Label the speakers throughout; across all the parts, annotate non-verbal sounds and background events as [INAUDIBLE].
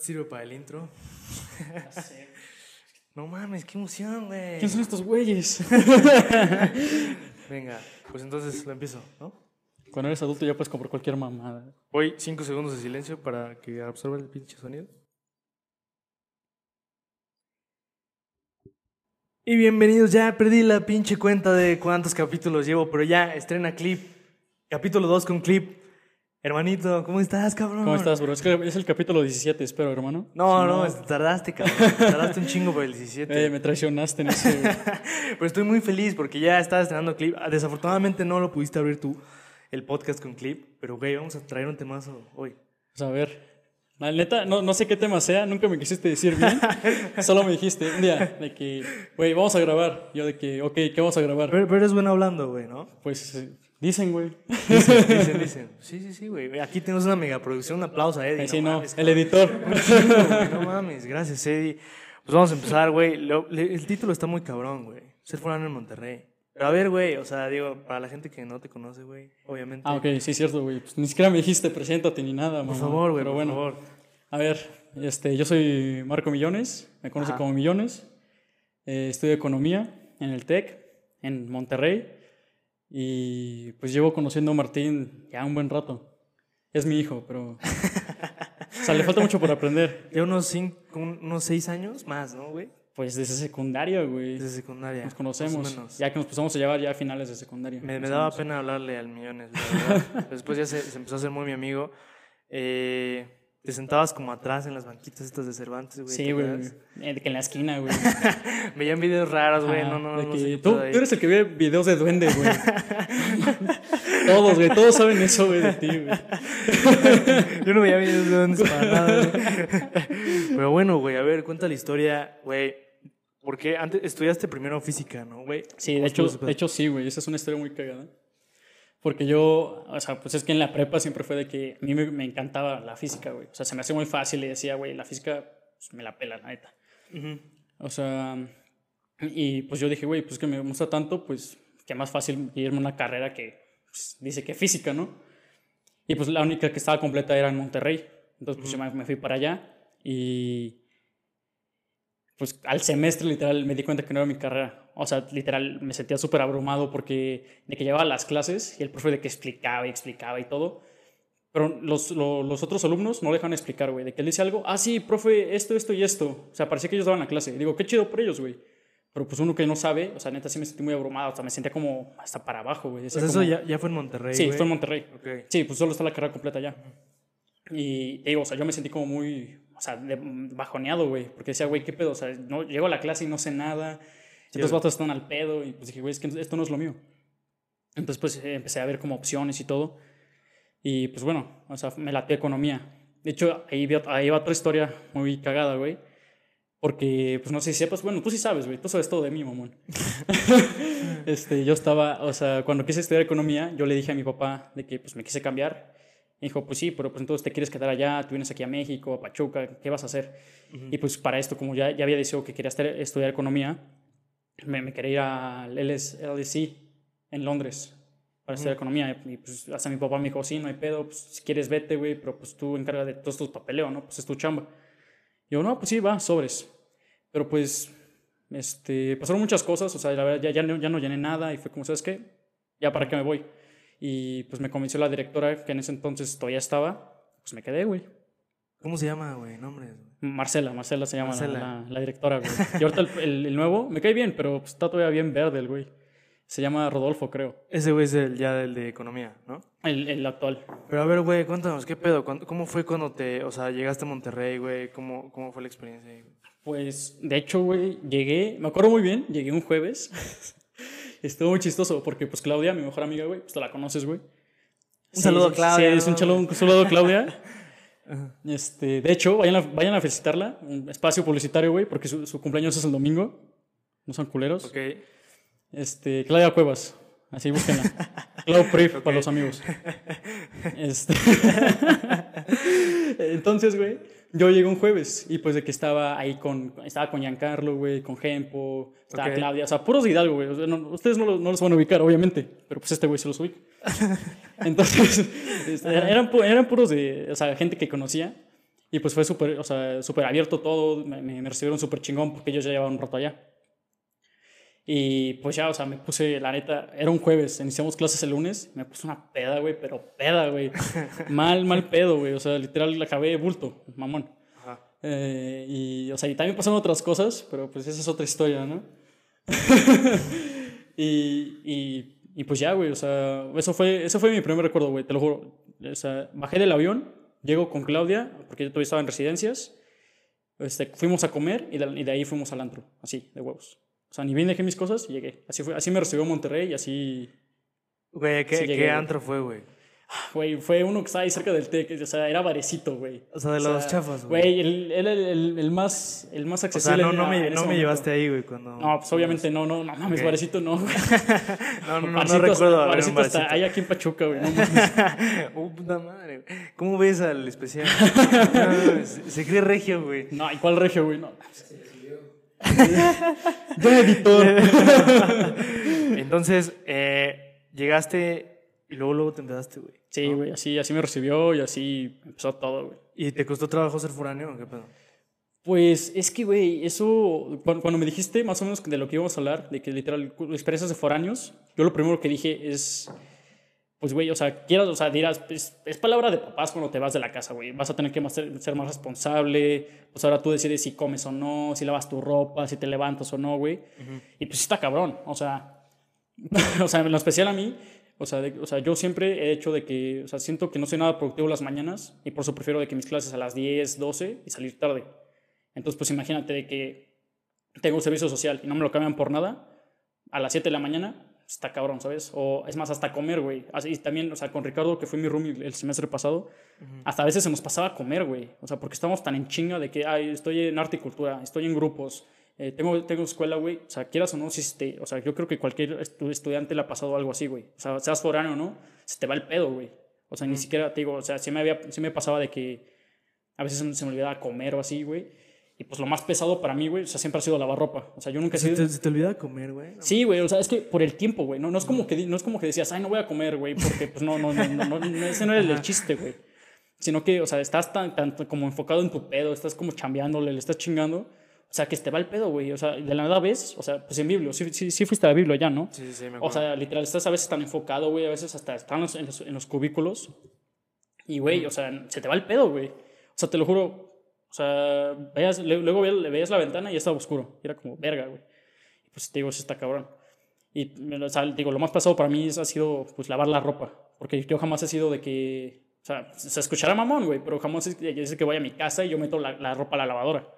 Speaker 1: sirve para el intro.
Speaker 2: No sé.
Speaker 1: [LAUGHS] No mames, qué emoción, güey.
Speaker 2: ¿Quién son estos güeyes?
Speaker 1: Venga, pues entonces lo empiezo, ¿no?
Speaker 2: [LAUGHS] Cuando eres adulto ya puedes comprar cualquier mamada.
Speaker 1: Voy 5 segundos de silencio para que absorba el pinche sonido. Y bienvenidos, ya perdí la pinche cuenta de cuántos capítulos llevo, pero ya estrena clip. Capítulo 2 con clip. Hermanito, ¿cómo estás, cabrón?
Speaker 2: ¿Cómo estás, bro? Es que es el capítulo 17, espero, hermano.
Speaker 1: No,
Speaker 2: Si
Speaker 1: no, es- tardaste, cabrón. Tardaste un chingo por el 17. [LAUGHS]
Speaker 2: Eh, me traicionaste en ese. güey.
Speaker 1: Pero estoy muy feliz porque ya estaba estrenando clip. Ah, Desafortunadamente no lo pudiste abrir tú, el podcast con clip. Pero, güey, vamos a traer un temazo hoy.
Speaker 2: Pues a ver. La neta, no, no sé qué tema sea, nunca me quisiste decir
Speaker 1: [LAUGHS]
Speaker 2: bien. Solo me dijiste un día de que, güey, vamos a grabar. Yo de que, ok, ¿qué vamos a grabar?
Speaker 1: Pero, pero eres bueno hablando, güey, ¿no?
Speaker 2: Pues eh, [LAUGHS] dicen,
Speaker 1: [LAUGHS]
Speaker 2: güey.
Speaker 1: Dicen, dicen, dicen. Sí, sí, sí, güey. Aquí tenemos una megaproducción. Un aplauso a Eddie.
Speaker 2: Ahí sí,
Speaker 1: no
Speaker 2: no,
Speaker 1: mames,
Speaker 2: el editor.
Speaker 1: güey, no mames. Gracias, Eddie. Pues vamos a empezar, güey. Lo- le- El título está muy cabrón, güey. Ser fulano en Monterrey. Pero a ver, güey, o sea, digo, para la gente que no te conoce, güey, obviamente.
Speaker 2: Ah, ok, sí, cierto, güey. Pues ni siquiera me dijiste, preséntate ni nada,
Speaker 1: Por favor, güey,
Speaker 2: Pero
Speaker 1: por
Speaker 2: bueno,
Speaker 1: favor.
Speaker 2: A ver, este, yo soy Marco Millones, me conoce
Speaker 1: Ajá.
Speaker 2: como Millones. eh, estudio economía en el TEC, en Monterrey. Y pues llevo conociendo a Martín ya un buen rato. Es mi hijo, pero... o sea, le falta mucho por aprender.
Speaker 1: Ya unos, cinco, unos seis años más, ¿no, güey?
Speaker 2: Pues desde secundaria, güey.
Speaker 1: Desde secundaria. más
Speaker 2: Nos
Speaker 1: o
Speaker 2: conocemos.
Speaker 1: menos.
Speaker 2: Ya que nos pusimos a llevar ya a finales de secundaria.
Speaker 1: Me, me
Speaker 2: más o
Speaker 1: daba
Speaker 2: menos.
Speaker 1: pena hablarle al millones, la
Speaker 2: [LAUGHS]
Speaker 1: verdad. Después ya se, se empezó a hacer muy mi amigo. Eh, te sentabas como atrás en las banquitas estas de Cervantes, güey.
Speaker 2: Sí,
Speaker 1: ¿te
Speaker 2: güey.
Speaker 1: acuerdas?
Speaker 2: eh, de que en la esquina, güey.
Speaker 1: Veían videos raros, güey.
Speaker 2: Ajá,
Speaker 1: No, no,
Speaker 2: de
Speaker 1: no.
Speaker 2: que
Speaker 1: sé qué
Speaker 2: tú,
Speaker 1: pedo ahí.
Speaker 2: tú eres el que ve videos de duende, güey. [LAUGHS] todos, güey. Todos saben eso, güey, de ti, güey.
Speaker 1: [LAUGHS] Yo no veía videos de dónde para nada, güey.
Speaker 2: [LAUGHS]
Speaker 1: Pero bueno, güey, a ver, cuenta la historia, güey. Porque antes estudiaste primero física, ¿no, güey?
Speaker 2: Sí, de hecho, de hecho sí, güey. Esa es una historia muy cagada. Porque yo, o sea, pues es que en la prepa siempre fue de que a mí me, me encantaba la física, güey. O sea, se me hacía muy fácil y decía, güey, la física pues, me la pela, la neta.
Speaker 1: Ujú.
Speaker 2: O sea, y pues yo dije, güey, pues que me gusta tanto, pues que más fácil irme a una carrera que pues, dice que física, ¿no? Y pues la única que estaba completa era en Monterrey. Entonces pues yo me- me fui para allá y pues al semestre literal me di cuenta que no era mi carrera. O sea, literal me sentía súper abrumado porque de que llevaba las clases y el profe de que explicaba y explicaba y todo. Pero los, lo- los otros alumnos no lo dejaban explicar, güey. De que él dice algo, ah, sí, profe, esto, esto y esto. O sea, parecía que ellos daban la clase. Y digo, qué chido por ellos, güey. Pero pues uno que no sabe, o sea, neta sí me sentí muy abrumado. O sea, me sentía como hasta para abajo, güey.
Speaker 1: O sea,
Speaker 2: Decía
Speaker 1: Pues eso
Speaker 2: como-
Speaker 1: ya, ya fue en Monterrey,
Speaker 2: Sí,
Speaker 1: güey.
Speaker 2: fue en Monterrey.
Speaker 1: Monterrey.
Speaker 2: Sí, pues solo está la carrera completa ya. Y te digo, o sea, yo me sentí como muy, o sea, de- bajoneado, güey, porque decía, güey, ¿qué pedo? O sea, no, llego a la clase y no sé nada, estos
Speaker 1: güey.
Speaker 2: vatos están al pedo, y pues dije, güey, es que esto no es lo mío. Entonces, pues eh, empecé a ver como opciones y todo, y pues bueno, o sea, me laté economía. De hecho, ahí, vi ot- ahí va otra historia muy cagada, güey. Porque, pues no sé si sepas, bueno, tú sí sabes, güey, tú sabes todo de mí, mamón. [LAUGHS] este, yo estaba, o sea, cuando quise estudiar economía, yo le dije a mi papá de que, pues me quise cambiar. Me dijo, pues sí, pero pues entonces te quieres quedar allá, tú vienes aquí a México, a Pachuca, ¿qué vas a hacer? Y pues para esto, como ya, ya había decidido que quería estar- estudiar economía, me, me quería ir al LS LSE E en Londres para estudiar economía. Y pues hasta mi papá me dijo, sí, no hay pedo, pues si quieres vete, güey, pero pues tú encarga de todos tus papeleos, ¿no? Pues es tu chamba. Y yo, no, pues sí, va, sobres. Pero pues, este, pasaron muchas cosas, o sea, la verdad, ya, ya, no, ya no llené nada y fue como, ¿sabes qué? Ya para qué me voy. Y pues me convenció la directora, que en ese entonces todavía estaba, pues me quedé, güey.
Speaker 1: ¿Cómo se llama, güey? Nombres, güey.
Speaker 2: Marcela, Marcela se llama la-
Speaker 1: Marcela.
Speaker 2: La, la directora, güey. Y ahorita el, el- el nuevo, me cae bien, pero pues, está todavía bien verde el güey. Se llama Rodolfo, creo.
Speaker 1: Ese güey es el ya del de economía, ¿no?
Speaker 2: El, el actual.
Speaker 1: Pero a ver, güey, cuéntanos, ¿qué pedo? ¿Cuándo- ¿Cómo fue cuando te, o sea, llegaste a Monterrey, güey? ¿Cómo, cómo fue la experiencia ahí? güey?
Speaker 2: Pues, de hecho, güey, llegué, me acuerdo muy bien, llegué un jueves. [LAUGHS] Estuvo muy chistoso porque, pues, Claudia, mi mejor amiga, güey, pues, tú la conoces, güey. Sí,
Speaker 1: saludo a
Speaker 2: sí,
Speaker 1: Claudia,
Speaker 2: Sí, es un
Speaker 1: ¿no?
Speaker 2: saludo, un saludo
Speaker 1: [LAUGHS]
Speaker 2: a Claudia. Este, de hecho, vayan a, vayan a felicitarla. Un espacio publicitario, güey, porque su, su cumpleaños es el domingo. No son culeros.
Speaker 1: Ok.
Speaker 2: Este, Claudia Cuevas. Así búsquenla. Clau Priv para los amigos. Este. [LAUGHS] Entonces, güey, yo llegué un jueves y pues de que estaba ahí con, estaba con Giancarlo, güey, con Gempo, estaba
Speaker 1: Ok.
Speaker 2: Claudia, o sea, puros de Hidalgo, güey. O sea, no- ustedes no, lo- no los van a ubicar, obviamente, pero pues este güey se los ubica. Entonces, este, eran, pu- eran puros de, o sea, gente que conocía. Y pues fue súper, o sea, súper abierto todo, me, me- me recibieron súper chingón porque ellos ya llevaban un rato allá. Y pues ya, o sea, me puse, la neta, era un jueves, iniciamos clases el lunes, me puse una peda, güey, pero peda, güey. Mal, mal pedo, güey, o sea, literal la acabé de bulto, mamón.
Speaker 1: Ajá.
Speaker 2: Eh, y, o sea, y también pasaron otras cosas, pero pues esa es otra historia, ¿no? [LAUGHS] y, y, y pues ya, güey, o sea, eso fue, eso fue mi primer recuerdo, güey, te lo juro. O sea, bajé del avión, llego con Claudia, porque yo todavía estaba en residencias. Este, fuimos a comer y de, y de ahí fuimos al antro, así, de huevos. O sea, ni bien dejé mis cosas y llegué. Así, fue, así me recibió Monterrey y así
Speaker 1: Güey, ¿qué,
Speaker 2: Sí llegué,
Speaker 1: qué
Speaker 2: güey.
Speaker 1: antro fue, güey?
Speaker 2: Güey, fue uno que estaba ahí cerca del TEC, o sea, era barecito, güey.
Speaker 1: O sea, de
Speaker 2: O sea,
Speaker 1: los chafas, güey.
Speaker 2: Güey, el, el, el, el más, el
Speaker 1: O
Speaker 2: más
Speaker 1: sea,
Speaker 2: accesible.
Speaker 1: no, no
Speaker 2: era
Speaker 1: me,
Speaker 2: en
Speaker 1: no
Speaker 2: ese
Speaker 1: me
Speaker 2: momento.
Speaker 1: llevaste ahí, güey, cuando...
Speaker 2: No, pues obviamente no, no, no mames,
Speaker 1: Ok.
Speaker 2: barecito no, güey.
Speaker 1: [LAUGHS] No, no, no, no
Speaker 2: Barecito hasta-
Speaker 1: recuerdo haber un
Speaker 2: Barecito
Speaker 1: [LAUGHS]
Speaker 2: hasta
Speaker 1: barcito.
Speaker 2: hay aquí en Pachuca, güey. no mames.
Speaker 1: Uh, puta madre. ¿Cómo ves al especial? [LAUGHS] No, se, se cree regio, güey. [LAUGHS]
Speaker 2: No, ¿y cuál regio, güey? No. [LAUGHS] Yo editor.
Speaker 1: Entonces, eh, llegaste y luego, luego te empezaste, güey.
Speaker 2: Sí, güey, así, así me recibió y así empezó todo, güey.
Speaker 1: ¿Y te costó trabajo ser foráneo o qué pedo?
Speaker 2: Pues es que, güey, eso, cuan- cuando, me dijiste más o menos de lo que íbamos a hablar, de que literal, cu- experiencias de foráneos, yo lo primero que dije es, pues, güey, o sea, quieras, o sea, dirás, pues, es palabra de papás cuando te vas de la casa, güey, vas a tener que más ser, ser más responsable, pues ahora tú decides si comes o no, si lavas tu ropa, si te levantas o no, güey, y pues está cabrón, o sea, [LAUGHS] o sea, en lo especial a mí, o sea, de- o sea, yo siempre he hecho de que, o sea, siento que no soy nada productivo las mañanas y por eso prefiero de que mis clases a las 10, 12 y salir tarde. Entonces, pues imagínate de que tengo un servicio social y no me lo cambian por nada, a las 7 de la mañana, está cabrón, ¿sabes? O es más, hasta comer, güey. Así- Y también, o sea, con Ricardo, que fue mi roomie el semestre pasado, hasta a veces se nos pasaba a comer, güey. O sea, porque estábamos tan en chinga de que, ay, estoy en arte y cultura, estoy en grupos, eh, tengo, tengo escuela, güey. O sea, quieras o no, si te- o sea, yo creo que cualquier estu- estudiante le ha pasado algo así, güey. O sea, seas foráneo o no, se te va el pedo, güey. O sea, ni siquiera, te digo, o sea, sí me, había, sí me pasaba de que a veces se me- se me olvidaba comer o así, güey. Y pues lo más pesado para mí, güey, o sea, siempre ha sido lavar ropa. O sea, yo nunca he
Speaker 1: ¿Se
Speaker 2: sido...
Speaker 1: te, se te olvidaba comer, güey?
Speaker 2: Sí, güey, o sea, es que por el tiempo, güey. No, no, es como que, di- no es como que decías, ay, no voy a comer, güey, porque pues no, no, no, no, no, no, ese no era el, el chiste, güey. Sino que, o sea, estás tan, tan como enfocado en tu pedo, estás como chambeándole, le estás chingando. O sea, que se te va el pedo, güey. O sea, de la nada ves, o sea, pues en Biblio, sí, sí, sí fuiste a Biblio ya, ¿no?
Speaker 1: Sí, sí, sí, me acuerdo.
Speaker 2: O sea, literal, estás a veces tan enfocado, güey, a veces hasta están los- en, los, en los cubículos. Y, güey, o sea, se te va el pedo, güey. O sea, te lo juro. O sea, veías- le- luego ve- le veías la ventana y ya estaba oscuro. Y era como, verga, güey. Y pues te digo, sí está cabrón. Y, me lo- o sea, digo, lo más pasado para mí es- ha sido, pues, lavar la ropa. Porque yo jamás he sido de que. O sea, se escuchará mamón, güey, pero jamás es, es que vaya a mi casa y yo meto la, la ropa a la lavadora.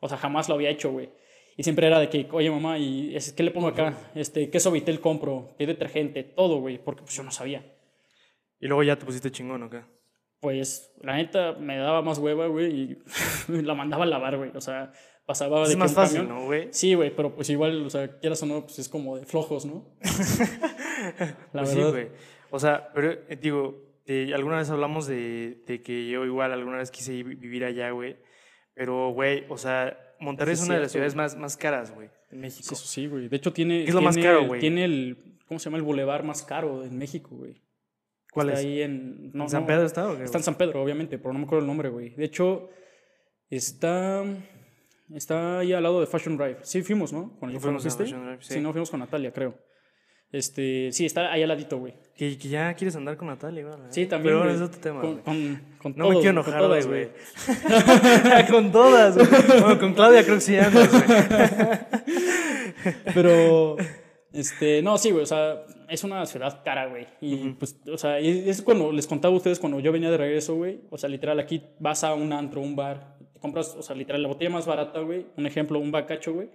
Speaker 2: O sea, jamás lo había hecho, güey. Y siempre era de que, oye, mamá, ¿y es, qué le pongo acá? Este, ¿Qué sobitel compro? ¿Qué detergente? Todo, güey, porque pues yo no sabía.
Speaker 1: Y luego ya te pusiste chingón, ¿o qué?
Speaker 2: Pues, la neta, me daba más hueva, güey, y [LAUGHS] la mandaba a lavar, güey. O sea, pasaba de
Speaker 1: Es
Speaker 2: que
Speaker 1: más
Speaker 2: un
Speaker 1: fácil,
Speaker 2: camión-
Speaker 1: ¿no, güey?
Speaker 2: Sí, güey, pero pues igual, o sea, quieras o no, pues es como de flojos, ¿no? la
Speaker 1: Pues sí,
Speaker 2: verdad.
Speaker 1: güey. O sea, pero eh, digo, de- alguna vez hablamos de, de que yo igual alguna vez quise vi- vivir allá, güey. Pero, güey, o sea, Monterrey
Speaker 2: Sí,
Speaker 1: es una de las
Speaker 2: cierto,
Speaker 1: ciudades más, más caras, güey, en México.
Speaker 2: Sí, Pues, eso sí, güey. De hecho, tiene.
Speaker 1: ¿Qué es lo más
Speaker 2: tiene-
Speaker 1: caro, güey?
Speaker 2: Tiene el. ¿Cómo se llama el bulevar más caro en México, güey?
Speaker 1: ¿Cuál
Speaker 2: Está
Speaker 1: es?
Speaker 2: Ahí en. no,
Speaker 1: ¿En San
Speaker 2: no,
Speaker 1: Pedro está o qué?
Speaker 2: Está en San Pedro, obviamente, pero no me acuerdo el nombre, güey. De hecho, está. Está ahí al lado de Fashion Drive. Sí, fuimos, ¿no? Cuando
Speaker 1: Sí,
Speaker 2: yo fui, ¿no
Speaker 1: fuimos a
Speaker 2: fuiste?
Speaker 1: Fashion Drive, sí.
Speaker 2: no, fuimos con Natalia, creo. Este, sí, está ahí al ladito, güey.
Speaker 1: Que, que ya quieres andar con Natalia, ¿verdad?
Speaker 2: Sí, también.
Speaker 1: Pero bueno,
Speaker 2: güey.
Speaker 1: es otro tema.
Speaker 2: Con,
Speaker 1: güey.
Speaker 2: con- con
Speaker 1: No
Speaker 2: todos,
Speaker 1: me quiero
Speaker 2: con
Speaker 1: enojar,
Speaker 2: todas,
Speaker 1: güey. [LAUGHS] con todas, güey.
Speaker 2: [LAUGHS]
Speaker 1: Bueno, con Claudia creo que sí andas, güey.
Speaker 2: Pero, [LAUGHS] este, no, sí, güey, o sea, es una ciudad cara, güey. Y pues, o sea, y es cuando les contaba a ustedes cuando yo venía de regreso, güey. O sea, literal, aquí vas a un antro, un bar, te compras, o sea, literal, la botella más barata, güey. Un ejemplo, un bacacho, güey.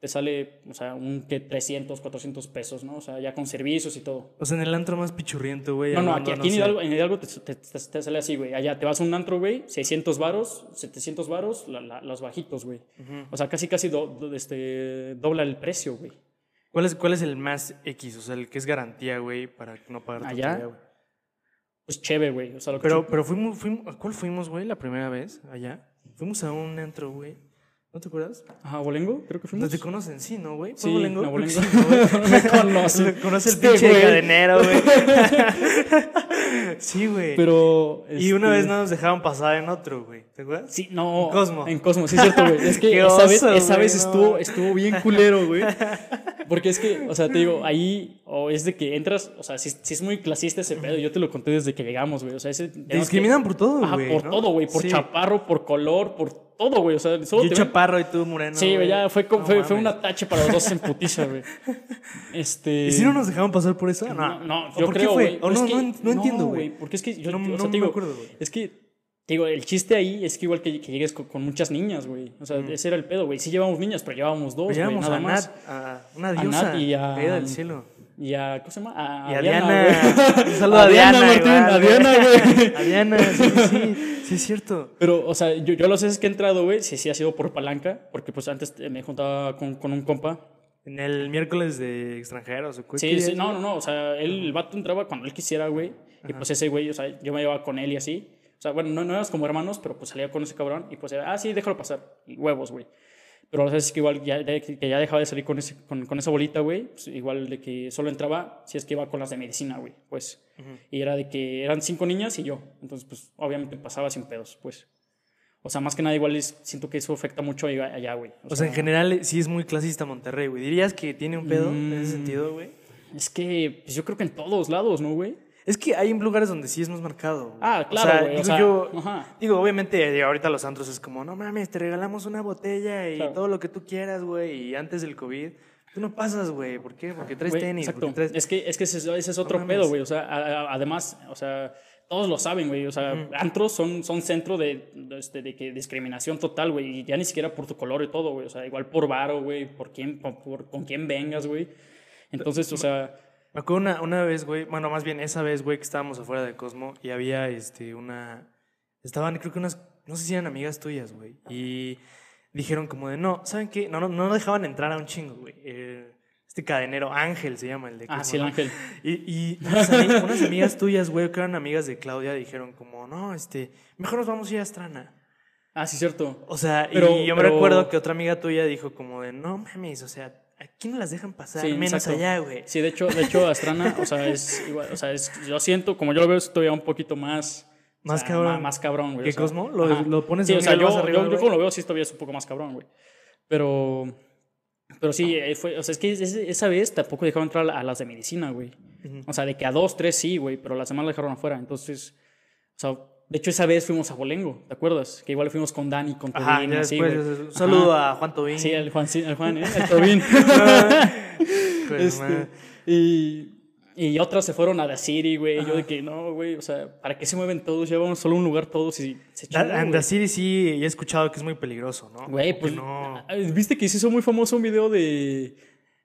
Speaker 2: Te sale, o sea, un que 300, 400 pesos, ¿no? O sea, ya con servicios y todo.
Speaker 1: O sea, en el antro más pichurriento, güey.
Speaker 2: No, no,
Speaker 1: hablando,
Speaker 2: aquí, aquí en,
Speaker 1: sé.
Speaker 2: Hidalgo, en Hidalgo te, te- te- te sale así, güey. Allá te vas a un antro, güey, 600 varos, 700 varos, la- la- los bajitos, güey. O sea, casi, casi do- do- este, dobla el precio, güey.
Speaker 1: ¿Cuál es, ¿Cuál es el más X? O sea, el que es garantía, güey, para no pagar
Speaker 2: Allá.
Speaker 1: tontería, güey.
Speaker 2: Pues chévere, güey. O sea, lo que
Speaker 1: Pero, pero fuimos, fuimos, ¿a cuál fuimos, güey, la primera vez allá? Fuimos a un antro, güey. ¿No te acuerdas?
Speaker 2: Ajá, Bolengo, creo que
Speaker 1: No
Speaker 2: fuimos.
Speaker 1: te conocen, sí, ¿no, güey? ¿Fue
Speaker 2: Sí,
Speaker 1: Bolengo?
Speaker 2: [LAUGHS] no,
Speaker 1: Creo que
Speaker 2: Bolengo.
Speaker 1: [LAUGHS] sí, ¿no, güey?
Speaker 2: No me conocen.
Speaker 1: Conoce el
Speaker 2: Este
Speaker 1: pinche
Speaker 2: güey.
Speaker 1: cadenero, güey. Sí, güey.
Speaker 2: [LAUGHS] Pero.
Speaker 1: [LAUGHS] Y una
Speaker 2: este,
Speaker 1: vez no nos dejaron pasar en otro, güey. ¿Te acuerdas?
Speaker 2: Sí, no.
Speaker 1: En Cosmo.
Speaker 2: En Cosmo, sí, es cierto, güey.
Speaker 1: [LAUGHS]
Speaker 2: Es que
Speaker 1: Qué
Speaker 2: esa vez,
Speaker 1: oso,
Speaker 2: esa
Speaker 1: güey,
Speaker 2: vez
Speaker 1: no.
Speaker 2: estuvo, estuvo bien culero,
Speaker 1: [LAUGHS]
Speaker 2: güey. Porque es que, o sea, te digo, ahí o es de que entras, o sea, sí, sí es muy clasista ese pedo. Yo te lo conté desde que llegamos, güey. O sea, ese.
Speaker 1: Te discriminan por todo,
Speaker 2: Ajá,
Speaker 1: güey.
Speaker 2: por
Speaker 1: ¿no?
Speaker 2: todo, güey. Por
Speaker 1: Sí.
Speaker 2: chaparro, por color, por todo, güey. O sea, solo
Speaker 1: Yo
Speaker 2: te ven-
Speaker 1: chaparro y tú moreno.
Speaker 2: Sí, güey, ya fue, como-
Speaker 1: No
Speaker 2: fue, fue un
Speaker 1: mames.
Speaker 2: atache para los dos en putiza,
Speaker 1: [LAUGHS]
Speaker 2: güey. Este.
Speaker 1: ¿Y si no nos dejaron pasar por eso?
Speaker 2: No, no,
Speaker 1: ¿O
Speaker 2: yo
Speaker 1: por
Speaker 2: creo,
Speaker 1: qué
Speaker 2: güey.
Speaker 1: fue?
Speaker 2: pero
Speaker 1: O no,
Speaker 2: es que-
Speaker 1: no, no entiendo, güey. Pues
Speaker 2: Porque es que yo,
Speaker 1: No,
Speaker 2: o sea,
Speaker 1: no
Speaker 2: te
Speaker 1: me
Speaker 2: digo,
Speaker 1: acuerdo, güey.
Speaker 2: es que, te digo, el chiste ahí es que igual que, que llegues con, con muchas niñas, güey. O sea, ese era el pedo, güey. Sí llevábamos niñas, pero llevábamos dos,
Speaker 1: Mm. Pero
Speaker 2: Pues,
Speaker 1: Llevamos
Speaker 2: güey, nada
Speaker 1: a
Speaker 2: más.
Speaker 1: Nat, a una
Speaker 2: Nat
Speaker 1: diosa.
Speaker 2: y a-
Speaker 1: caída del cielo.
Speaker 2: Y a, ¿cómo se llama? A,
Speaker 1: Y a [LAUGHS]
Speaker 2: güey.
Speaker 1: Diana. Un saludo
Speaker 2: A
Speaker 1: a Diana.
Speaker 2: Diana, Martín,
Speaker 1: igual,
Speaker 2: a Diana, güey.
Speaker 1: A Diana, sí, sí. Sí, es cierto.
Speaker 2: Pero, o sea, yo, yo las veces que he entrado, güey, sí, sí ha sido por palanca. Porque, pues, antes eh, me juntaba con, con un compa.
Speaker 1: En el miércoles de extranjeros o
Speaker 2: Sí, sí, no, no, no. O sea, él, el vato entraba cuando él quisiera, güey. Y pues ese güey, o sea, yo me llevaba con él y así. O sea, bueno, no, no éramos como hermanos, pero pues salía con ese cabrón. Y pues era, ah, sí, déjalo pasar. Y huevos, güey. Pero a veces que igual ya, ya- que ya dejaba de salir con, ese, con, con esa bolita, güey. Pues igual de que solo entraba si es que iba con las de medicina, güey. Pues. Y era de que eran cinco niñas y yo. Entonces, pues obviamente pasaba sin pedos, pues. O sea, más que nada igual es- siento que eso afecta mucho ahí- allá, güey.
Speaker 1: O sea, en general eh, sí es muy clasista Monterrey, güey. ¿Dirías que tiene un pedo en ese
Speaker 2: Mm.
Speaker 1: sentido, güey?
Speaker 2: es que pues, yo creo que en todos lados, ¿no, güey?
Speaker 1: Es que hay lugares donde sí es más marcado. güey.
Speaker 2: Ah, claro, güey, o
Speaker 1: digo
Speaker 2: sea,
Speaker 1: yo-
Speaker 2: ajá.
Speaker 1: digo, obviamente eh, ahorita los antros es como, no mames, te regalamos una botella y
Speaker 2: Claro.
Speaker 1: todo lo que tú quieras, güey. Y antes del COVID, tú no pasas, güey. ¿Por qué? Porque traes
Speaker 2: Güey,
Speaker 1: tenis.
Speaker 2: exacto.
Speaker 1: porque traes-
Speaker 2: Es que, es que ese, es- ese es otro
Speaker 1: mames.
Speaker 2: pedo, güey. O sea, a- a- además, o sea, todos lo saben, güey. O sea, antros son, son centro de, de este, de que discriminación total, güey. Y ya ni siquiera por tu color y todo, güey. O sea, igual por varo, güey. Por quién, por, por- con quién vengas, güey. Entonces, o sea,
Speaker 1: Me acuerdo una, una vez, güey, bueno, más bien esa vez, güey, que estábamos afuera de Cosmo y había, este, una, estaban creo que unas, no sé si eran amigas tuyas, güey, y dijeron como de, no, ¿saben qué? No, no, no dejaban entrar a un chingo, güey. Eh, este cadenero, Ángel se llama el de Cosmo.
Speaker 2: ah, sí, el
Speaker 1: ¿no?
Speaker 2: ángel.
Speaker 1: Y, y unas, ami- unas amigas tuyas, güey, que eran amigas de Claudia, dijeron como, no, este, mejor nos vamos a ir a Astrana.
Speaker 2: Ah, sí, cierto.
Speaker 1: O sea,
Speaker 2: Pero-
Speaker 1: y yo me
Speaker 2: pero-
Speaker 1: recuerdo que otra amiga tuya dijo como de, no mames, o sea, aquí no las dejan pasar,
Speaker 2: Sí,
Speaker 1: menos
Speaker 2: exacto.
Speaker 1: allá, güey.
Speaker 2: Sí, de hecho, de hecho, Astrana, o sea, es igual, o sea, es, yo siento, como yo lo veo, es todavía un poquito más. o
Speaker 1: Más
Speaker 2: sea,
Speaker 1: cabrón.
Speaker 2: ma- Más, cabrón, güey.
Speaker 1: ¿Que
Speaker 2: o sea,
Speaker 1: Cosmo? ¿Lo-
Speaker 2: ajá.
Speaker 1: lo pones
Speaker 2: sí,
Speaker 1: un
Speaker 2: o sea,
Speaker 1: nivel
Speaker 2: yo,
Speaker 1: más arriba,
Speaker 2: yo, yo
Speaker 1: güey?
Speaker 2: como lo veo, sí, todavía es un poco más cabrón, güey. Pero. Pero sí, eh, fue, o sea, es que es- esa vez tampoco dejaron entrar a las de medicina, güey.
Speaker 1: Ujú.
Speaker 2: O sea, de que a dos, tres sí, güey, pero las demás la dejaron afuera. Entonces, o sea, de hecho, esa vez fuimos a Bolengo, ¿te acuerdas? Que igual fuimos con Dani, con Tobin,
Speaker 1: Ajá, ya
Speaker 2: así,
Speaker 1: después,
Speaker 2: güey.
Speaker 1: un saludo
Speaker 2: Ajá.
Speaker 1: a Juan Tobín.
Speaker 2: Sí, el Juan, el
Speaker 1: [LAUGHS]
Speaker 2: Juan, ¿eh? El Tobin.
Speaker 1: Hijo de su
Speaker 2: Este,
Speaker 1: madre.
Speaker 2: y, y otras se fueron a la City, güey. Yo de que no, güey. O sea, ¿para qué se mueven todos? Ya vamos solo a un lugar todos y se
Speaker 1: Da-
Speaker 2: chingan,
Speaker 1: and
Speaker 2: güey.
Speaker 1: the City sí, he escuchado que es muy peligroso, ¿no?
Speaker 2: Güey,
Speaker 1: Como
Speaker 2: pues.
Speaker 1: que No.
Speaker 2: Viste que se hizo muy famoso un video de.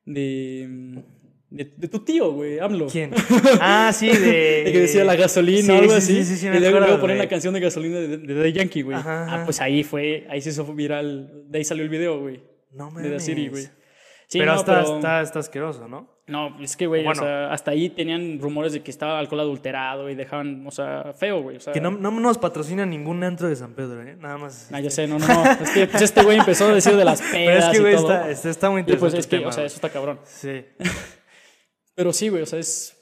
Speaker 2: de. de, de tu tío, güey, AMLO. [LAUGHS]
Speaker 1: ¿Quién? Ah, sí, de.
Speaker 2: De [LAUGHS] que decía la gasolina
Speaker 1: Sí,
Speaker 2: o algo
Speaker 1: sí,
Speaker 2: así.
Speaker 1: Sí, sí, sí, me
Speaker 2: y luego,
Speaker 1: acuerdo,
Speaker 2: luego ponen
Speaker 1: güey.
Speaker 2: la canción de gasolina de, de Daddy Yankee, güey.
Speaker 1: Ajá,
Speaker 2: Ah,
Speaker 1: ajá.
Speaker 2: pues ahí fue, ahí se hizo viral. De ahí salió el video, güey.
Speaker 1: No
Speaker 2: De The
Speaker 1: mames.
Speaker 2: City, güey. Sí,
Speaker 1: pero
Speaker 2: no,
Speaker 1: está,
Speaker 2: pero-
Speaker 1: Está, está asqueroso, ¿no?
Speaker 2: No, es que, güey,
Speaker 1: Bueno.
Speaker 2: o sea, hasta ahí tenían rumores de que estaba alcohol adulterado y dejaban, o sea, feo, güey. O sea,
Speaker 1: Que no, no nos patrocina ningún antro de San Pedro, ¿eh? Nada más.
Speaker 2: Ah, ya sé, no, no, no. Es que pues, este güey empezó a decir de las
Speaker 1: [LAUGHS]
Speaker 2: pedas
Speaker 1: Pero es que,
Speaker 2: y
Speaker 1: güey,
Speaker 2: todo.
Speaker 1: está, está, está muy
Speaker 2: y pues
Speaker 1: interesante.
Speaker 2: es
Speaker 1: el
Speaker 2: que,
Speaker 1: tema,
Speaker 2: o sea,
Speaker 1: güey.
Speaker 2: eso está cabrón.
Speaker 1: Sí.
Speaker 2: Pero sí, güey, o sea, es...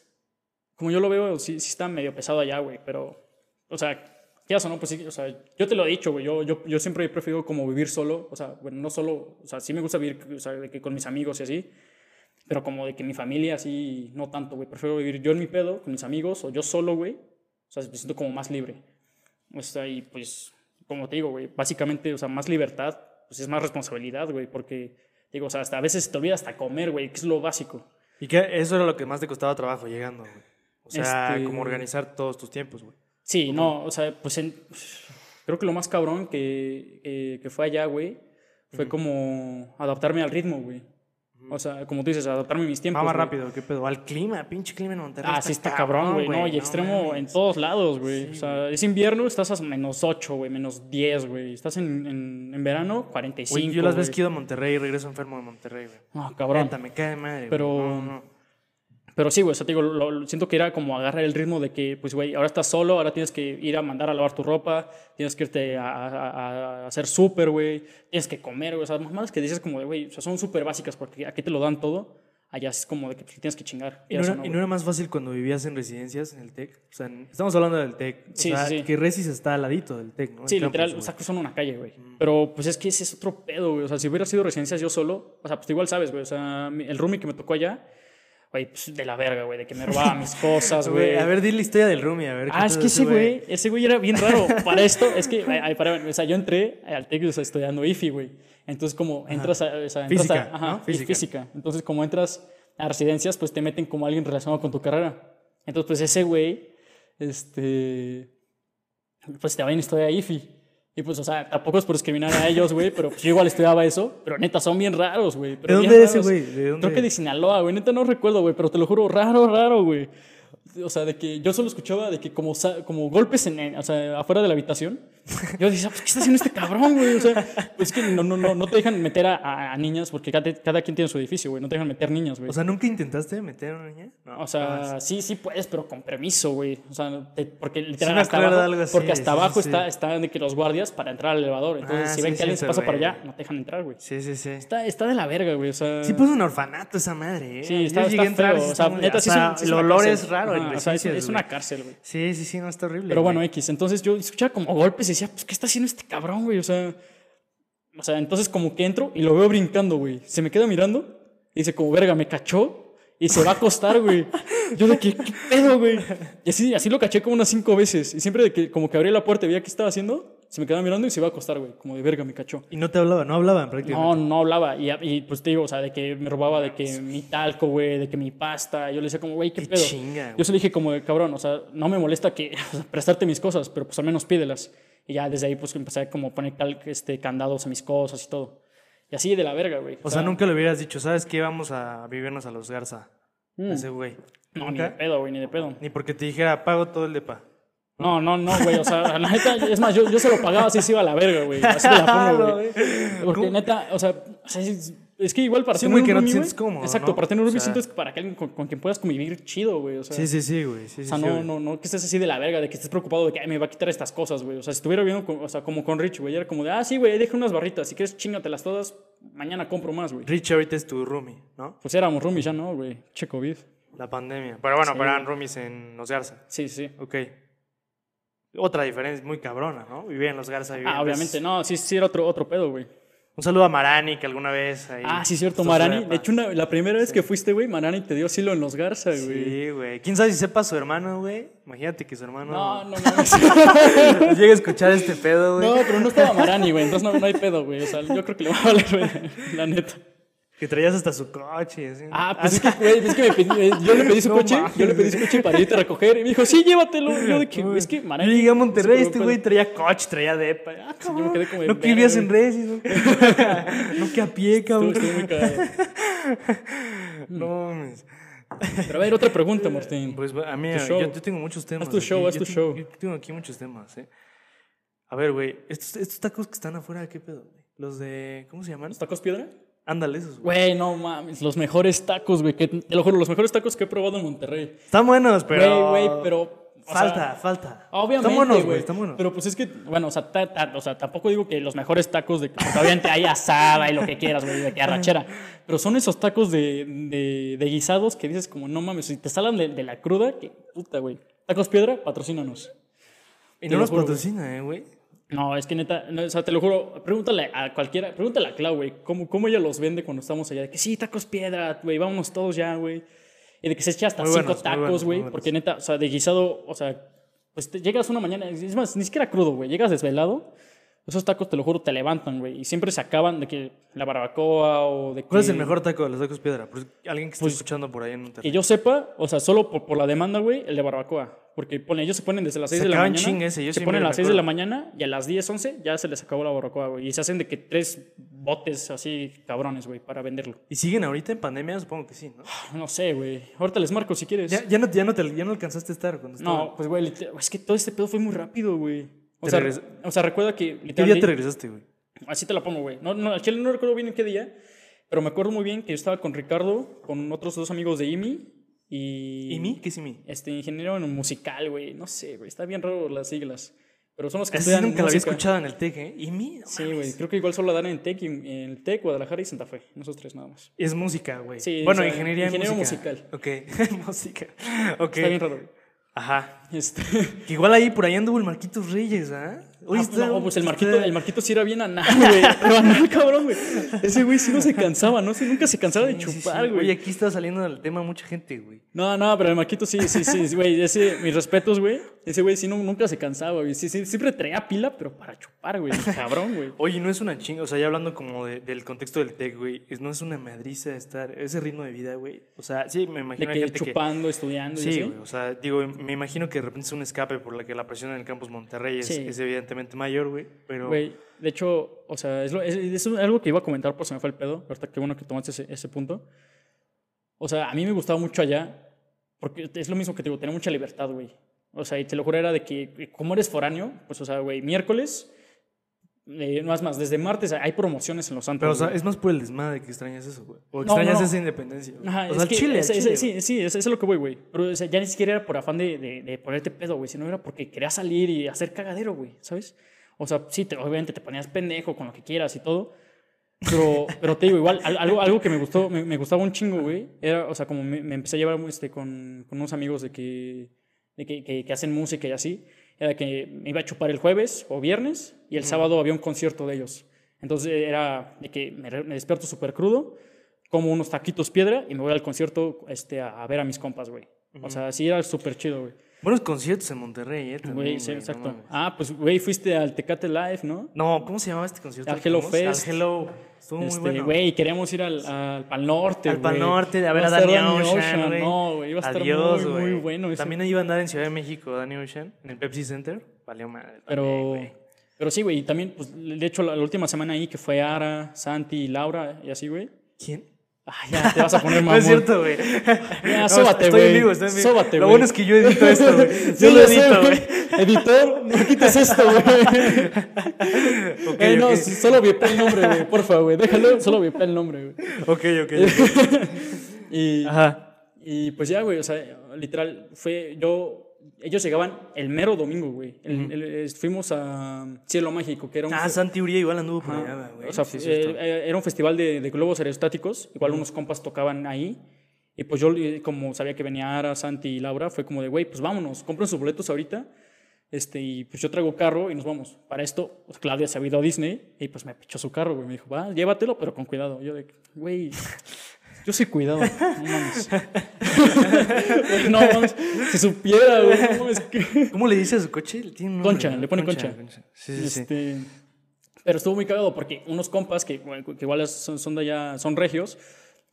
Speaker 2: Como yo lo veo, sí, sí está medio pesado allá, güey, pero... O sea, ya o no, pues sí, o sea, yo te lo he dicho, güey, yo, yo, yo siempre he preferido como vivir solo, o sea, bueno, no solo, o sea, sí me gusta vivir o sea, de que con mis amigos y así, pero como de que mi familia así, no tanto, güey, prefiero vivir yo en mi pedo, con mis amigos, o yo solo, güey, o sea, me siento como más libre. O sea, y pues, como te digo, güey, básicamente, o sea, más libertad, pues es más responsabilidad, güey, porque, digo, o sea, hasta a veces te olvidas hasta comer, güey, que es lo básico.
Speaker 1: Y que eso era lo que más te costaba trabajo llegando, güey. O sea,
Speaker 2: Este-
Speaker 1: como organizar todos tus tiempos, güey.
Speaker 2: Sí, no, o sea, pues en- creo que lo más cabrón que, que, que fue allá, güey, fue como adaptarme al ritmo, güey. O sea, como tú dices, adaptarme a mis tiempos.
Speaker 1: Va Ah, más
Speaker 2: güey.
Speaker 1: rápido, qué pedo. Al clima, pinche clima en Monterrey.
Speaker 2: Ah, sí, está cabrón, güey. No, y extremo
Speaker 1: mames.
Speaker 2: en todos lados, güey.
Speaker 1: Sí,
Speaker 2: o sea, es invierno, estás a menos 8, güey, menos 10, güey. Estás en, en, en verano, 45.
Speaker 1: Güey, yo las veces
Speaker 2: güey.
Speaker 1: que he ido a Monterrey y regreso enfermo de Monterrey, güey.
Speaker 2: Ah, cabrón.
Speaker 1: Neta, me cae de madre. güey.
Speaker 2: Pero- um,
Speaker 1: No, no.
Speaker 2: Pero sí, güey, o sea, te digo, lo- lo- siento que era como agarrar el ritmo de que, pues, güey, ahora estás solo, ahora tienes que ir a mandar a lavar tu ropa, tienes que irte a, a- a- a hacer súper, güey, tienes que comer, güey, o sea, mamadas que dices como, de, güey, o sea, son súper básicas porque aquí te lo dan todo. allá es como de que pues, le tienes que chingar.
Speaker 1: ¿Y no,
Speaker 2: quieras o
Speaker 1: era,
Speaker 2: no,
Speaker 1: y no
Speaker 2: güey.
Speaker 1: era más fácil cuando vivías en residencias, en el TEC? O sea, en- estamos hablando del TEC. O
Speaker 2: Sí,
Speaker 1: sea,
Speaker 2: sí, sí.
Speaker 1: que Resis está al ladito del TEC, ¿no?
Speaker 2: Sí,
Speaker 1: El
Speaker 2: literal, o
Speaker 1: campus,
Speaker 2: sea,
Speaker 1: güey.
Speaker 2: cruzando una calle, güey.
Speaker 1: Mm.
Speaker 2: Pero pues es que ese es otro pedo, güey. O sea, si hubiera sido residencias yo solo, o sea, pues igual sabes, güey. O sea, mi- el roomie que me tocó allá, güey, pues de la verga, güey, de que me
Speaker 1: [LAUGHS]
Speaker 2: robaba mis cosas,
Speaker 1: Güey,
Speaker 2: güey.
Speaker 1: A ver, di la historia del roomie, a ver.
Speaker 2: Ah, es que ese
Speaker 1: sí,
Speaker 2: güey, ese güey era bien raro. Para
Speaker 1: [LAUGHS]
Speaker 2: esto, es que, ay, ay, para, o sea, yo entré al TEC o sea, estudiando IFI, güey. Entonces, como entras a. o sea, entras
Speaker 1: Física,
Speaker 2: a- ajá,
Speaker 1: ¿no?
Speaker 2: y
Speaker 1: Física.
Speaker 2: física. Entonces, como entras a residencias, pues te meten como alguien relacionado con tu carrera. Entonces, pues ese güey, este. Pues también estudia IFI. Y pues, o sea, tampoco es por discriminar a ellos, güey, pero pues, yo igual estudiaba eso. Pero neta, son bien raros,
Speaker 1: ¿De
Speaker 2: güey. pero bien
Speaker 1: dónde es ese
Speaker 2: raros.
Speaker 1: güey? ¿De dónde?
Speaker 2: Creo que de Sinaloa, güey. Neta no recuerdo, güey, pero te lo juro, raro, raro, güey. O sea, de que yo solo escuchaba de que como, sa- como golpes en, en- o sea, afuera de la habitación. Yo decía, pues, ¿qué está haciendo este cabrón, güey? O sea, pues que no, no, no, no te dejan meter a, a- a niñas porque cada, cada quien tiene su edificio, güey. No te dejan meter niñas, güey.
Speaker 1: O sea, ¿nunca intentaste meter a una niña? No,
Speaker 2: O
Speaker 1: jamás.
Speaker 2: sea, sí, sí puedes, pero con permiso, güey. O sea, te- porque
Speaker 1: me
Speaker 2: literal hasta
Speaker 1: acuerdo
Speaker 2: abajo,
Speaker 1: de algo así,
Speaker 2: porque
Speaker 1: sí, sí,
Speaker 2: hasta abajo
Speaker 1: sí.
Speaker 2: está, están de que los guardias para entrar al elevador. Entonces,
Speaker 1: Ah,
Speaker 2: si ven
Speaker 1: sí,
Speaker 2: que alguien se
Speaker 1: siento,
Speaker 2: pasa para
Speaker 1: güey.
Speaker 2: allá, no te dejan entrar, güey.
Speaker 1: Sí, sí, sí.
Speaker 2: Está, está de la verga, güey. O sea,
Speaker 1: Sí, pues un orfanato esa madre, ¿eh?
Speaker 2: Sí,
Speaker 1: Yo
Speaker 2: está,
Speaker 1: llegué a
Speaker 2: está
Speaker 1: entrar y
Speaker 2: feo.
Speaker 1: sí
Speaker 2: O sea,
Speaker 1: está muy-
Speaker 2: neta, sí
Speaker 1: o
Speaker 2: es
Speaker 1: sea,
Speaker 2: un- sí es
Speaker 1: el
Speaker 2: una
Speaker 1: olor
Speaker 2: cárcel.
Speaker 1: es raro en
Speaker 2: Ajá, o sea, es,
Speaker 1: residencias,
Speaker 2: es
Speaker 1: güey.
Speaker 2: una cárcel, güey.
Speaker 1: Sí, sí, sí, no, está horrible.
Speaker 2: Pero bueno,
Speaker 1: güey.
Speaker 2: X. Entonces yo escuchaba como golpes y decía, pues, ¿qué está haciendo este cabrón, güey? O sea, o sea, entonces como que entro y lo veo brincando, güey. Se me queda mirando y dice, como, verga, me cachó y se va a acostar, güey. Yo de que, ¿qué pedo, güey? Y así, así lo caché como unas cinco veces. Y siempre de que, como que abrí la puerta y veía qué estaba haciendo, se me quedaba mirando y se iba a acostar, güey. Como de verga, me cachó.
Speaker 1: Y no te hablaba, no hablaban
Speaker 2: No,
Speaker 1: prácticamente.
Speaker 2: no hablaba. Y, y, pues te digo, o sea, de que me robaba de que mi talco, güey, de que mi pasta. Yo le decía como, güey, qué
Speaker 1: Qué
Speaker 2: pedo.
Speaker 1: chinga, güey.
Speaker 2: Yo se le dije como, de, cabrón, o sea, no me molesta que [LAUGHS] o sea, prestarte mis cosas, pero pues al menos pídelas. Y ya desde ahí pues empecé a como poner cal- este, candados a mis cosas y todo. Y así de la verga, güey.
Speaker 1: o sea, nunca le hubieras dicho, ¿sabes qué? Vamos a vivirnos a los Garza.
Speaker 2: Mm.
Speaker 1: a Ese güey.
Speaker 2: No, ni de
Speaker 1: ¿Nunca?
Speaker 2: pedo, güey, ni de pedo.
Speaker 1: Ni porque te dijera, pago todo el depa.
Speaker 2: No, no, no, güey. O sea, la [LAUGHS] neta, es más, yo, yo se lo pagaba así se iba a la verga, güey. [LAUGHS] Así te
Speaker 1: [LAUGHS]
Speaker 2: la pongo, güey. Porque
Speaker 1: ¿Cómo?
Speaker 2: neta, o sea, o sea, es, es que igual para
Speaker 1: Sí,
Speaker 2: tener
Speaker 1: güey,
Speaker 2: un
Speaker 1: que no te
Speaker 2: roomie,
Speaker 1: sientes
Speaker 2: güey,
Speaker 1: cómodo,
Speaker 2: Exacto,
Speaker 1: ¿no?
Speaker 2: para tener un
Speaker 1: O
Speaker 2: roomie
Speaker 1: sea-
Speaker 2: siento que para que alguien con, con quien puedas convivir chido, güey. O sea,
Speaker 1: Sí, sí, sí, güey. Sí,
Speaker 2: o
Speaker 1: sí,
Speaker 2: sea
Speaker 1: sí,
Speaker 2: no,
Speaker 1: güey.
Speaker 2: no, no que estés así de la verga, de que estés preocupado de que "Ay, me va a quitar estas cosas, güey. O sea, si estuviera viendo, con- o sea, como con Rich, güey, era como de, ah, sí, güey, deja unas barritas, si quieres chíngatelas todas, mañana compro más, güey.
Speaker 1: Rich ahorita es tu roomie, ¿no?
Speaker 2: Pues éramos roomies ya, ¿no, güey? Che COVID.
Speaker 1: La pandemia. Pero bueno,
Speaker 2: Sí.
Speaker 1: pero eran roomies en los Garza.
Speaker 2: Sí, sí.
Speaker 1: Ok. Otra diferencia muy cabrona, ¿no? Vivir en los Garza. vivir en- Pues,
Speaker 2: Ah, obviamente, no, sí, sí, era otro, otro pedo, güey.
Speaker 1: Un saludo a Marani, que alguna vez ahí.
Speaker 2: Ah, sí, cierto,
Speaker 1: Esto
Speaker 2: Marani.
Speaker 1: fue-
Speaker 2: De hecho, una- la primera vez que fuiste, güey, Marani te dio silo en los Garza, güey.
Speaker 1: Sí, güey. ¿Quién sabe si sepa su hermano, güey? Imagínate que su hermano
Speaker 2: No, no mames.
Speaker 1: llegue a escuchar este pedo, güey.
Speaker 2: No, pero no estaba Marani, güey. Entonces no, no hay pedo, güey. O sea, yo creo que le va a valer, güey. La neta.
Speaker 1: Que traías hasta su coche. así.
Speaker 2: Ah, pues es que, güey, es que me pedí- eh, yo le pedí su
Speaker 1: No
Speaker 2: coche.
Speaker 1: mames,
Speaker 2: Yo le pedí su coche para irte a recoger. Y me dijo, sí, llévatelo. Yo de que,
Speaker 1: Uy,
Speaker 2: es que Marani.
Speaker 1: Yo llegué a Monterrey,
Speaker 2: es
Speaker 1: este güey traía coche, traía depa. Ah,
Speaker 2: yo me
Speaker 1: cabrón,
Speaker 2: quedé como de
Speaker 1: no que vivías en
Speaker 2: verga,
Speaker 1: Resis, no, no [LAUGHS] que a pie,
Speaker 2: Estuvo,
Speaker 1: cabrón.
Speaker 2: estuvo
Speaker 1: [LAUGHS]
Speaker 2: muy cagado.
Speaker 1: No, mames.
Speaker 2: Pero a ver, otra pregunta, Martín.
Speaker 1: Pues a mí,
Speaker 2: show.
Speaker 1: yo, yo tengo muchos temas.
Speaker 2: tu show,
Speaker 1: aquí.
Speaker 2: haz
Speaker 1: Yo
Speaker 2: tu
Speaker 1: tengo-
Speaker 2: show.
Speaker 1: Yo tengo aquí muchos temas, eh. A ver, güey, estos, estos tacos que están afuera, ¿qué pedo? güey? Los de, ¿cómo se llaman?
Speaker 2: ¿Los tacos piedra?
Speaker 1: Ándale, esos, güey.
Speaker 2: Güey, no mames. Los mejores tacos, güey. que- Te lo juro, los mejores tacos que he probado en Monterrey.
Speaker 1: Están buenos, pero...
Speaker 2: Güey, güey, pero. o sea,
Speaker 1: Falta, falta.
Speaker 2: Obviamente,
Speaker 1: Están buenos,
Speaker 2: güey.
Speaker 1: güey, están buenos.
Speaker 2: Pero pues es que, bueno, o sea, ta- ta- o sea, tampoco digo que los mejores tacos de... Porque obviamente hay asada y lo que quieras, güey, de que arrachera. Pero son esos tacos de, de- de guisados que dices como, no mames, si te salen de, de la cruda, que puta, güey. Tacos Piedra, patrocínanos.
Speaker 1: y no
Speaker 2: te lo
Speaker 1: los
Speaker 2: juro, güey.
Speaker 1: patrocina, eh, güey.
Speaker 2: No, es que neta, no, o sea, te lo juro, pregúntale a cualquiera, pregúntale a Clau, güey, cómo, cómo ella los vende cuando estamos allá. De que sí, tacos piedra, güey, vámonos todos ya, güey. Y de que se echa hasta
Speaker 1: Muy
Speaker 2: cinco
Speaker 1: buenos, muy buenos,
Speaker 2: tacos,
Speaker 1: muy
Speaker 2: güey,
Speaker 1: buenos.
Speaker 2: porque neta, o sea, de guisado, o sea, pues te llegas una mañana, es más, ni siquiera crudo, güey, llegas desvelado, esos tacos, te lo juro, te levantan, güey, y siempre se acaban de que la barbacoa o de que.
Speaker 1: ¿Cuál es el mejor taco de los tacos piedra? Pues, alguien que esté escuchando por ahí en
Speaker 2: Que
Speaker 1: Monterrey.
Speaker 2: yo sepa, o sea, solo por, por la demanda, güey, el de barbacoa. Porque pone, ellos se ponen desde las 6
Speaker 1: Se
Speaker 2: de la
Speaker 1: acaban
Speaker 2: mañana.
Speaker 1: chinga ese, yo
Speaker 2: se
Speaker 1: sí
Speaker 2: ponen
Speaker 1: me
Speaker 2: a las 6 de
Speaker 1: recuerdo.
Speaker 2: la mañana y a las 10, 11 ya se les acabó la barbacoa, güey. Y se hacen de que tres botes así cabrones, güey, para venderlo. [SIGHS]
Speaker 1: ¿Y siguen ahorita en pandemia? Supongo que sí, ¿no?
Speaker 2: No sé, güey. Ahorita les marco si quieres.
Speaker 1: Ya, ya no, ya, no te, ya no alcanzaste a estar cuando estaba.
Speaker 2: no, pues, güey, literal- es que todo este pedo fue muy rápido, güey. O
Speaker 1: Te
Speaker 2: sea,
Speaker 1: regres-
Speaker 2: o sea, recuerda que
Speaker 1: ¿Qué día te
Speaker 2: literalmente.
Speaker 1: regresaste, güey?
Speaker 2: Así te la pongo, güey. No, no, al chile no recuerdo bien en qué día, pero me acuerdo muy bien que yo estaba con Ricardo, con otros dos amigos de IMI y.
Speaker 1: ¿Y mí? ¿Qué es y mí?
Speaker 2: Este, ingeniero en musical, güey. No sé, güey. Está bien raro las siglas. Pero son los que
Speaker 1: Esa
Speaker 2: estudian
Speaker 1: nunca la había
Speaker 2: música.
Speaker 1: escuchado en el TEC, ¿eh? Y mira,
Speaker 2: Sí, güey. Creo que igual solo la dan en Tec, y- en el Tec, Guadalajara y Santa Fe. Nosotros tres nada más.
Speaker 1: Es música, güey.
Speaker 2: Sí,
Speaker 1: bueno,
Speaker 2: o sea,
Speaker 1: ingeniería en
Speaker 2: ingeniero
Speaker 1: música.
Speaker 2: musical.
Speaker 1: Ok, [LAUGHS] música. Ok.
Speaker 2: Está bien raro. güey.
Speaker 1: Ajá.
Speaker 2: Este...
Speaker 1: Que igual ahí por ahí anduvo el Marquitos Reyes, ¿ah? [LAUGHS] Oye,
Speaker 2: Ah,
Speaker 1: está-
Speaker 2: no, pues el
Speaker 1: está-
Speaker 2: marquito, el marquito sí era
Speaker 1: [LAUGHS]
Speaker 2: bien anal, güey. Pero anal, cabrón, güey. Ese güey sí no se cansaba, ¿no? Sí, nunca se cansaba de
Speaker 1: Sí, sí, sí.
Speaker 2: chupar, güey.
Speaker 1: Oye, aquí está saliendo del tema mucha gente, güey.
Speaker 2: No, no, pero el Marquito sí, sí, sí, güey. Ese, mis respetos, güey. Ese güey sí nu- nunca se cansaba, güey. Sí, sí, siempre traía pila, pero para chupar, güey.
Speaker 1: [LAUGHS]
Speaker 2: Cabrón, güey.
Speaker 1: Oye, no es una chinga, o sea, ya hablando como de- del contexto del tech, güey, es- no es una madriza estar, ese ritmo de vida, güey. O sea, sí, me
Speaker 2: De
Speaker 1: imagino hay
Speaker 2: que
Speaker 1: gente que...
Speaker 2: chupando, estudiando y
Speaker 1: Sí,
Speaker 2: así.
Speaker 1: güey, o sea, digo, me imagino que de repente es un escape por la que la presión en el campus Monterrey es,
Speaker 2: Sí.
Speaker 1: es evidentemente mayor, güey, pero...
Speaker 2: Güey, de hecho, o sea, es, lo- es- es algo que iba a comentar, pero se me fue el pedo. Ahorita qué bueno que tomaste ese, ese punto. O sea, a mí me gustaba mucho allá, porque es lo mismo que te digo, tenía mucha libertad, güey. O sea, y te lo juro, era de que, como eres foráneo, pues, o sea, güey, miércoles, eh, más más, desde martes hay promociones en los santos.
Speaker 1: Pero, o sea, es más por el desmadre que extrañas eso, güey. O
Speaker 2: No,
Speaker 1: extrañas
Speaker 2: no, no.
Speaker 1: esa independencia. güey.
Speaker 2: Ajá,
Speaker 1: o
Speaker 2: es
Speaker 1: sea, el
Speaker 2: que
Speaker 1: Chile, el
Speaker 2: ese- ese-
Speaker 1: Chile, güey.
Speaker 2: sí, sí, eso es lo que voy, güey. Pero o sea, ya ni siquiera era por afán de, de- de ponerte pedo, güey, sino era porque querías salir y hacer cagadero, güey, ¿sabes? O sea, sí, te- obviamente te ponías pendejo con lo que quieras y todo. Pero, pero te digo, igual, al- algo, algo que me gustó, me, me gustaba un chingo, güey, era, o sea, como me, me empecé a llevar este, con, con unos amigos de que, de que, que- que hacen música y así, era que me iba a chupar el jueves o viernes y el sábado había un concierto de ellos. Entonces era de que me, re- me despierto súper crudo, como unos taquitos piedra y me voy al concierto este, a, a ver a mis compas, güey. O sea, sí era súper chido, güey.
Speaker 1: Buenos conciertos en Monterrey, eh. también,
Speaker 2: Güey, sí,
Speaker 1: güey, no
Speaker 2: exacto.
Speaker 1: mames.
Speaker 2: ah, pues, güey, fuiste al Tecate Live, ¿no?
Speaker 1: No, ¿cómo se llamaba este concierto?
Speaker 2: Al
Speaker 1: que
Speaker 2: Hello
Speaker 1: fuimos? Al
Speaker 2: Fest.
Speaker 1: Hello. Estuvo muy
Speaker 2: Este,
Speaker 1: bueno.
Speaker 2: Güey, queríamos ir al, al Pal Norte.
Speaker 1: Al Pal
Speaker 2: güey.
Speaker 1: Norte, a ver
Speaker 2: Iba
Speaker 1: a
Speaker 2: estar
Speaker 1: Danny Ocean, güey.
Speaker 2: No, güey, iba a estar
Speaker 1: Adiós,
Speaker 2: muy,
Speaker 1: güey.
Speaker 2: muy bueno. ese.
Speaker 1: También iba a andar en Ciudad de México, Danny Ocean, en el Pepsi Center. Valió madre. también,
Speaker 2: pero,
Speaker 1: güey.
Speaker 2: pero sí, güey, y también, pues, de hecho, la, la última semana ahí que fue Ara, Santi y Laura y así, güey.
Speaker 1: ¿Quién?
Speaker 2: Ah, ya, te vas a poner mamón.
Speaker 1: [LAUGHS] No es cierto,
Speaker 2: [LAUGHS]
Speaker 1: güey. No,
Speaker 2: sóbate,
Speaker 1: Estoy en
Speaker 2: güey.
Speaker 1: vivo, estoy en vivo.
Speaker 2: Sóbate,
Speaker 1: Lo
Speaker 2: güey.
Speaker 1: bueno es que yo edito esto, güey. Yo
Speaker 2: [LAUGHS] Sí,
Speaker 1: lo
Speaker 2: ya sé,
Speaker 1: edito, güey.
Speaker 2: Editor, no quites esto, güey.
Speaker 1: [LAUGHS] Ok,
Speaker 2: Eh, no,
Speaker 1: ok.
Speaker 2: s- solo vipé el nombre, güey, porfa, güey. Déjalo, solo vipé el nombre, güey.
Speaker 1: Ok,
Speaker 2: [LAUGHS]
Speaker 1: ok.
Speaker 2: Y,
Speaker 1: ok. Ajá.
Speaker 2: Y pues ya, güey, o sea, literal, fue yo, ellos llegaban el mero domingo, güey. El- el- es- fuimos a Cielo Mágico, que era un...
Speaker 1: Ah,
Speaker 2: fe-
Speaker 1: Santi Uría igual anduvo por
Speaker 2: Ajá.
Speaker 1: allá, güey.
Speaker 2: o sea,
Speaker 1: Sí,
Speaker 2: eh,
Speaker 1: sí, está.
Speaker 2: eh, era un festival de, de globos aerostáticos, igual unos compas tocaban ahí. Y pues yo, eh, como sabía que venía Ara, Santi y Laura, fue como de, güey, pues vámonos, compren sus boletos ahorita. Este, y pues yo traigo carro y nos vamos. Para esto, pues, Claudia se había ido a Disney y pues me pichó su carro, güey. Me dijo, va, llévatelo, pero con cuidado. Yo de, güey, yo sí cuidado. No
Speaker 1: [LAUGHS]
Speaker 2: mames. [LAUGHS] Güey, no mames, si supiera, güey, no mames. que-
Speaker 1: ¿Cómo le dice a su coche? Le tiene un nombre,
Speaker 2: Concha,
Speaker 1: ¿no?
Speaker 2: le pone concha.
Speaker 1: Sí, sí, sí.
Speaker 2: Este, Pero estuvo muy cagado porque unos compas que, bueno, que igual son, son de allá, son regios,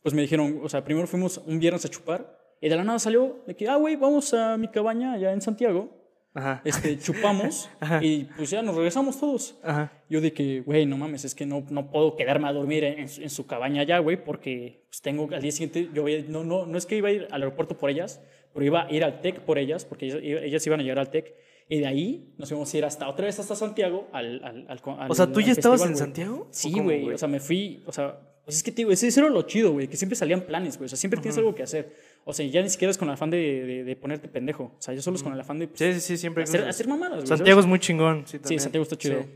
Speaker 2: pues me dijeron, o sea, primero fuimos un viernes a chupar y de la nada salió de que, ah, güey, vamos a mi cabaña allá en Santiago,
Speaker 1: Ajá.
Speaker 2: este,
Speaker 1: [LAUGHS]
Speaker 2: chupamos y pues ya nos regresamos todos.
Speaker 1: Ajá.
Speaker 2: Yo de que, güey, no mames, es que no, no puedo quedarme a dormir en, en su- en su cabaña allá, güey, porque pues, tengo al día siguiente, yo voy a- no, no, no es que iba a ir al aeropuerto por ellas, pero iba a ir al TEC por ellas, porque ellas, ellas iban a llegar al TEC, y de ahí nos íbamos a ir hasta otra vez hasta Santiago al... al, al- al-
Speaker 1: O sea, ¿tú
Speaker 2: al
Speaker 1: ya estabas
Speaker 2: festival,
Speaker 1: en
Speaker 2: güey.
Speaker 1: Santiago? ¿O
Speaker 2: Sí,
Speaker 1: cómo,
Speaker 2: güey,
Speaker 1: güey?
Speaker 2: o sea, me fui, o sea, pues es que, tío, ese, ese era lo chido, güey, que siempre salían planes, güey, o sea, siempre tienes algo que hacer. O sea, ya ni siquiera es con el afán de, de- de ponerte pendejo, o sea, yo solo es con el afán de pues,
Speaker 1: Sí, sí, sí, siempre. hay
Speaker 2: hacer,
Speaker 1: cosas.
Speaker 2: hacer mamadas, güey. ¿sabes?
Speaker 1: Santiago es muy chingón. Sí,
Speaker 2: Sí,
Speaker 1: también.
Speaker 2: Santiago está chido.
Speaker 1: Sí.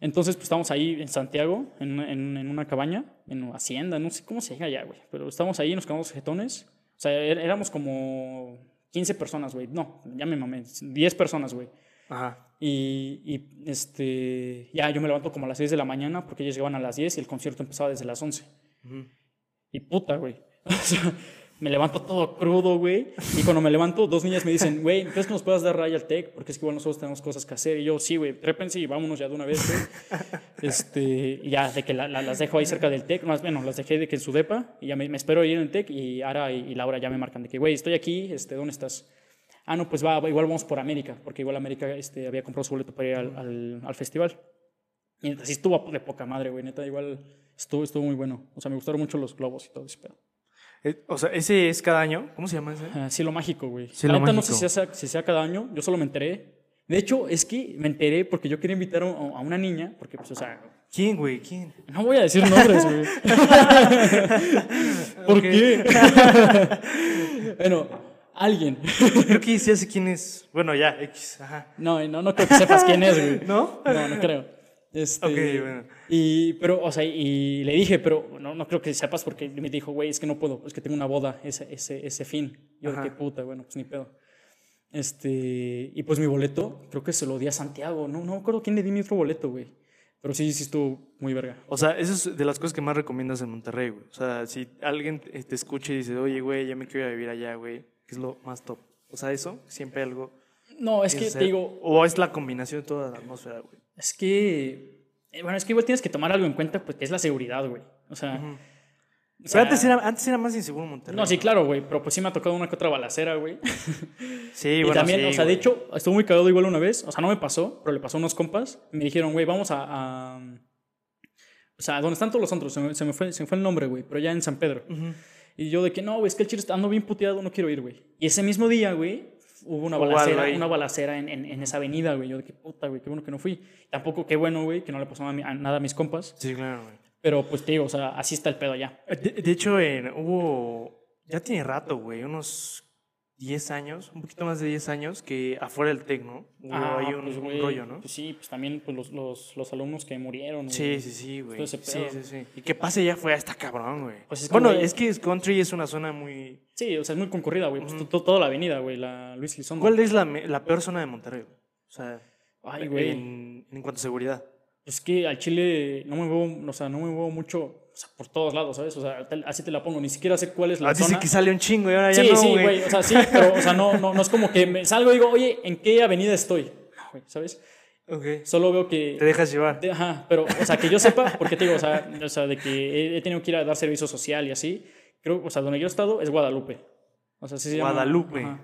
Speaker 2: Entonces, pues estamos ahí en Santiago, en, una- en- en una cabaña, en una hacienda, no sé cómo se llega allá, güey. Pero estamos ahí, nos quedamos jetones. O sea, er- éramos como 15 personas, güey. No, ya me mamé, 10 personas, güey.
Speaker 1: Ajá.
Speaker 2: Y, y, este, ya yo me levanto como a las 6 de la mañana porque ellos llegaban a las 10 y el concierto empezaba desde las 11.
Speaker 1: Ujú.
Speaker 2: Y puta, güey. [LAUGHS] O sea, me levanto todo crudo, güey. Y cuando me levanto, dos niñas me dicen, güey, ¿crees que nos puedas dar raya al tech? Porque es que igual nosotros tenemos cosas que hacer. Y yo, sí, güey, trépense y vámonos ya de una vez, güey. Este, y ya, de que la- la- las dejo ahí cerca del tech. Más bueno, las dejé de que en su depa. Y ya me, me espero ir en el tech. Y Ara y, y Laura ya me marcan de que, güey, estoy aquí, este, ¿dónde estás? Ah, no, pues va, va, igual vamos por América. Porque igual América este, había comprado su boleto para ir al, al- al festival. Y neta, sí estuvo de poca madre, güey. Neta, igual estuvo, estuvo muy bueno. O sea, me gustaron mucho los globos y todo ese pedo.
Speaker 1: Eh, O sea, ese es cada año. ¿Cómo se llama ese?
Speaker 2: Ah, Cielo Mágico, güey.
Speaker 1: Cielo
Speaker 2: La neta, no sé
Speaker 1: Mágico.
Speaker 2: si sea, si sea cada año, yo solo me enteré. De hecho, es que me enteré porque yo quería invitar a, a una niña, porque pues, o sea,
Speaker 1: ¿Quién, güey? ¿Quién?
Speaker 2: no voy a decir
Speaker 1: [LAUGHS]
Speaker 2: nombres, güey. ¿Por
Speaker 1: Ok.
Speaker 2: qué? [LAUGHS] bueno, Alguien. [LAUGHS]
Speaker 1: Creo que sí hace quién es. Bueno, ya, X. Ajá.
Speaker 2: No, y no, no creo que sepas quién es, güey.
Speaker 1: ¿No?
Speaker 2: No, no creo. Este,
Speaker 1: Ok, bueno.
Speaker 2: Y, pero, o sea, y le dije, pero no, no creo que sepas porque me dijo, güey, es que no puedo, es que tengo una boda ese, ese, ese fin. Yo, de
Speaker 1: Ajá.
Speaker 2: qué puta, bueno, pues ni pedo. Este, y pues mi boleto, creo que se lo di a Santiago, no, no me acuerdo quién le di mi otro boleto, güey. Pero sí, sí estuvo muy verga.
Speaker 1: O sea, eso es de las cosas que más recomiendas en Monterrey, güey. O sea, si alguien eh, te escucha y dice, oye, güey, ya me quiero ir a vivir allá, güey, que es lo más top. O sea, eso, siempre algo.
Speaker 2: No, es
Speaker 1: tienes hacer.
Speaker 2: que te digo,
Speaker 1: O es la combinación de toda la atmósfera, güey.
Speaker 2: es que, eh, bueno, es que igual tienes que tomar algo en cuenta, pues que es la seguridad, güey. O sea,
Speaker 1: Ujú.
Speaker 2: o sea,
Speaker 1: Pero antes era, antes era más inseguro Monterrey.
Speaker 2: No, sí, claro, güey, pero pues sí me ha tocado una que otra balacera, güey.
Speaker 1: Sí,
Speaker 2: Y
Speaker 1: bueno,
Speaker 2: también,
Speaker 1: sí,
Speaker 2: o sea,
Speaker 1: güey.
Speaker 2: de hecho, estuvo muy cagado igual una vez. O sea, no me pasó, pero le pasó a unos compas. y Me dijeron, güey, vamos a, a- O sea, donde están todos los antros. Se me, se me fue, se me fue el nombre, güey, pero ya en San Pedro.
Speaker 1: Ujú.
Speaker 2: Y yo de que, no, güey, es que el chile está ando bien puteado, no quiero ir, güey. Y ese mismo día, güey, hubo una
Speaker 1: Hubo algo
Speaker 2: balacera,
Speaker 1: ahí.
Speaker 2: una balacera en, en- en esa avenida, güey. Yo de que, puta, güey, qué bueno que no fui. Tampoco, qué bueno, güey, que no le pasó a mi- a nada a mis compas.
Speaker 1: Sí, claro, güey.
Speaker 2: Pero pues te digo, o sea, así está el pedo ya.
Speaker 1: De, de hecho, en- hubo. Ya tiene rato, güey, unos 10 años, un poquito más de 10 años, que afuera del Tecno hubo ahí un, un
Speaker 2: güey,
Speaker 1: rollo, ¿no?
Speaker 2: Ah, Pues sí, pues también pues, los, los, los alumnos que murieron.
Speaker 1: Sí,
Speaker 2: güey.
Speaker 1: sí, sí, güey.
Speaker 2: Todo pues, ese
Speaker 1: Sí,
Speaker 2: pedo.
Speaker 1: sí, sí. Y que pase ya fue hasta cabrón, güey.
Speaker 2: Pues es que,
Speaker 1: bueno,
Speaker 2: güey-
Speaker 1: es que country es una zona muy.
Speaker 2: Sí, o sea, es muy concurrida, güey. Pues, to- toda la avenida, güey, la Luis Elizondo.
Speaker 1: ¿Cuál es la, me- la peor zona de Monterrey? güey? O sea,
Speaker 2: Ay, güey.
Speaker 1: En, en cuanto a seguridad.
Speaker 2: Es que al Chile no me muevo, o sea, no me muevo mucho, o sea, por todos lados, ¿sabes? O sea, tal- así te la pongo, ni siquiera sé cuál es la
Speaker 1: Ah,
Speaker 2: zona.
Speaker 1: Dice que sale un chingo y ahora
Speaker 2: sí,
Speaker 1: ya no,
Speaker 2: sí,
Speaker 1: güey.
Speaker 2: güey, o sea, sí, pero, o sea, no, no, no es como que me salgo y digo, oye, ¿en qué avenida estoy? No, güey, ¿sabes?
Speaker 1: Ok.
Speaker 2: Solo veo que...
Speaker 1: Te dejas llevar.
Speaker 2: De- Ajá, pero, o sea, que yo sepa, porque te digo, o sea, o sea, de que he, he tenido que ir a dar servicio social y así, creo, o sea, donde yo he estado es Guadalupe. O sea, sí se llama.
Speaker 1: Guadalupe.
Speaker 2: Ajá.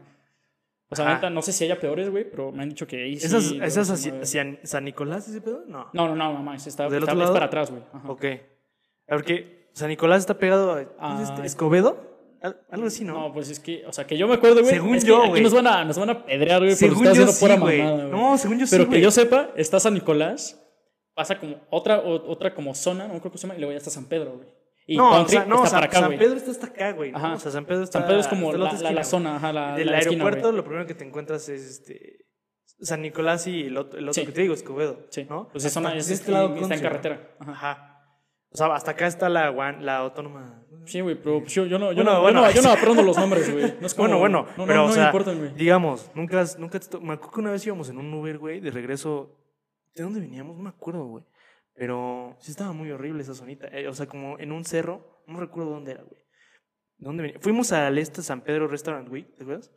Speaker 2: O sea,
Speaker 1: Ajá.
Speaker 2: neta, no sé si haya peores, güey, pero me han dicho que ahí sí.
Speaker 1: ¿Esas,
Speaker 2: luego
Speaker 1: esas
Speaker 2: se
Speaker 1: hacia,
Speaker 2: mueve.
Speaker 1: hacia San Nicolás ese pedo? No.
Speaker 2: No, no, no, mamá, es- está,
Speaker 1: ¿Del otro
Speaker 2: está- es
Speaker 1: lado?
Speaker 2: para atrás, güey. Ajá.
Speaker 1: Ok. A ver, ¿qué? San Nicolás está pegado a.
Speaker 2: Ah,
Speaker 1: ¿es este, ¿Escobedo? Al- Algo así, ¿no?
Speaker 2: No, pues es que, o sea, que yo me acuerdo, güey.
Speaker 1: Según
Speaker 2: es que
Speaker 1: yo,
Speaker 2: aquí
Speaker 1: güey.
Speaker 2: nos van a, nos van a pedrear, güey, porque
Speaker 1: según
Speaker 2: está
Speaker 1: yo
Speaker 2: haciendo
Speaker 1: sí,
Speaker 2: pura
Speaker 1: güey.
Speaker 2: mamada, güey.
Speaker 1: No, según yo sí.
Speaker 2: Pero que
Speaker 1: güey.
Speaker 2: yo sepa, está San Nicolás, pasa como otra, o- otra como zona, no creo que se llama, y luego ya está San Pedro, güey. Y
Speaker 1: No, o
Speaker 2: Country
Speaker 1: sea, no,
Speaker 2: está
Speaker 1: San,
Speaker 2: para acá,
Speaker 1: San
Speaker 2: güey.
Speaker 1: Pedro está hasta acá, güey. ¿no?
Speaker 2: Ajá.
Speaker 1: O sea, San Pedro está.
Speaker 2: San Pedro es como
Speaker 1: está
Speaker 2: la,
Speaker 1: otra
Speaker 2: la- la
Speaker 1: esquina,
Speaker 2: zona, ajá, la,
Speaker 1: Del
Speaker 2: la esquina,
Speaker 1: aeropuerto,
Speaker 2: güey.
Speaker 1: lo primero que te encuentras es este. San Nicolás y el otro, el otro
Speaker 2: Sí.
Speaker 1: que te digo, Escobedo.
Speaker 2: Sí,
Speaker 1: ¿no?
Speaker 2: pues es zona,
Speaker 1: Hasta-
Speaker 2: es,
Speaker 1: de
Speaker 2: este lado está en
Speaker 1: Country,
Speaker 2: carretera.
Speaker 1: ¿no?
Speaker 2: Ajá.
Speaker 1: Ajá. O sea, hasta acá está la, guan- la autónoma.
Speaker 2: Sí, güey, pero pues yo, yo no, yo
Speaker 1: Bueno,
Speaker 2: no,
Speaker 1: bueno.
Speaker 2: yo no, yo no aprendo los nombres, güey. No es
Speaker 1: [LAUGHS]
Speaker 2: como-
Speaker 1: Bueno, bueno,
Speaker 2: no, no,
Speaker 1: pero
Speaker 2: no
Speaker 1: o
Speaker 2: me
Speaker 1: sea,
Speaker 2: importan, güey.
Speaker 1: digamos, nunca, has- nunca te to- me acuerdo que una vez íbamos en un Uber, güey, de regreso, ¿de dónde veníamos? No me acuerdo, güey, pero sí estaba muy horrible esa zonita, eh, o sea, como en un cerro, no recuerdo dónde era, güey. ¿De dónde venía? Fuimos al este San Pedro Restaurant, güey, ¿te acuerdas?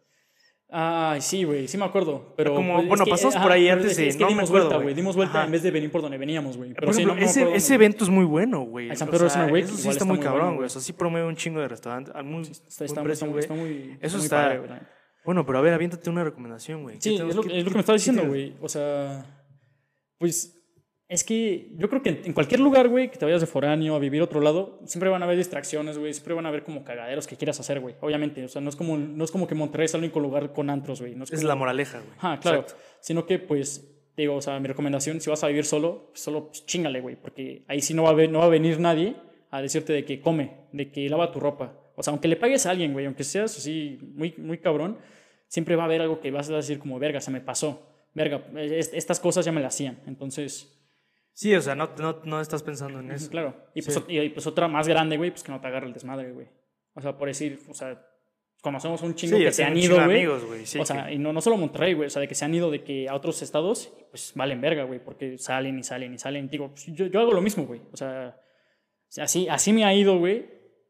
Speaker 2: Ay, sí, güey, sí me acuerdo. Pero
Speaker 1: Como-
Speaker 2: pues, es
Speaker 1: bueno,
Speaker 2: que,
Speaker 1: pasamos
Speaker 2: ajá,
Speaker 1: por ahí
Speaker 2: pero
Speaker 1: antes
Speaker 2: es-
Speaker 1: de-
Speaker 2: es que
Speaker 1: no me
Speaker 2: dimos
Speaker 1: acuerdo,
Speaker 2: vuelta,
Speaker 1: güey.
Speaker 2: güey. Dimos vuelta
Speaker 1: Ajá.
Speaker 2: en vez de venir por donde veníamos, güey. Pero
Speaker 1: Por
Speaker 2: sí,
Speaker 1: ejemplo,
Speaker 2: no, no me
Speaker 1: ese,
Speaker 2: acuerdo
Speaker 1: ese
Speaker 2: dónde.
Speaker 1: evento es muy bueno, güey.
Speaker 2: El San
Speaker 1: o
Speaker 2: Pedro
Speaker 1: sea,
Speaker 2: Restaurant, güey,
Speaker 1: Eso sí está
Speaker 2: igual está
Speaker 1: muy
Speaker 2: muy
Speaker 1: cabrón,
Speaker 2: bueno,
Speaker 1: güey.
Speaker 2: güey.
Speaker 1: O sea, sí promueve un chingo de restaurantes. al muy,
Speaker 2: Está,
Speaker 1: buen
Speaker 2: está-
Speaker 1: precio,
Speaker 2: está muy,
Speaker 1: güey.
Speaker 2: está muy-
Speaker 1: Eso
Speaker 2: muy
Speaker 1: está-
Speaker 2: padre, güey, la neta.
Speaker 1: Bueno, pero a ver, aviéntate una recomendación, güey. ¿Qué
Speaker 2: Sí,
Speaker 1: te-
Speaker 2: es lo,
Speaker 1: qué-
Speaker 2: es lo que
Speaker 1: qué-
Speaker 2: me estaba
Speaker 1: qué
Speaker 2: diciendo,
Speaker 1: te-
Speaker 2: güey. O sea, pues es que yo creo que en, en cualquier lugar, güey, que te vayas de foráneo a vivir a otro lado, siempre van a haber distracciones, güey. Siempre van a haber como cagaderos que quieras hacer, güey. Obviamente, o sea, no es como, no es como que Monterrey es el único lugar con antros, güey. No es,
Speaker 1: Es
Speaker 2: como-
Speaker 1: la moraleja, güey.
Speaker 2: Ajá, Ah, claro.
Speaker 1: Exacto.
Speaker 2: Sino que, pues, digo, o sea, mi recomendación, si vas a vivir solo, pues, solo pues, chingale, güey, porque ahí sí no va, a ve- no va a venir nadie a decirte de que come, de que lava tu ropa. O sea, aunque le pagues a alguien, güey, aunque seas así muy, muy cabrón, siempre va a haber algo que vas a decir como, verga, se me pasó. Verga, es- estas cosas ya me las hacían. Entonces,
Speaker 1: Sí, o sea, no, no, no estás pensando en eso.
Speaker 2: claro. Y
Speaker 1: Sí.
Speaker 2: pues, ot- y- y, pues otra más grande, güey, pues que no te agarre el desmadre, güey. O sea, por decir, o sea, conocemos un chingo que
Speaker 1: ya
Speaker 2: se
Speaker 1: tengo
Speaker 2: han
Speaker 1: un
Speaker 2: ido,
Speaker 1: chingo de
Speaker 2: güey.
Speaker 1: amigos, güey. Sí,
Speaker 2: o sea, y no, no solo Monterrey, güey, o sea, de que se han ido de que a otros estados, y pues valen verga, güey, porque salen y salen y salen. Digo, pues, yo, yo hago lo mismo, güey. O sea, así, así me ha ido, güey.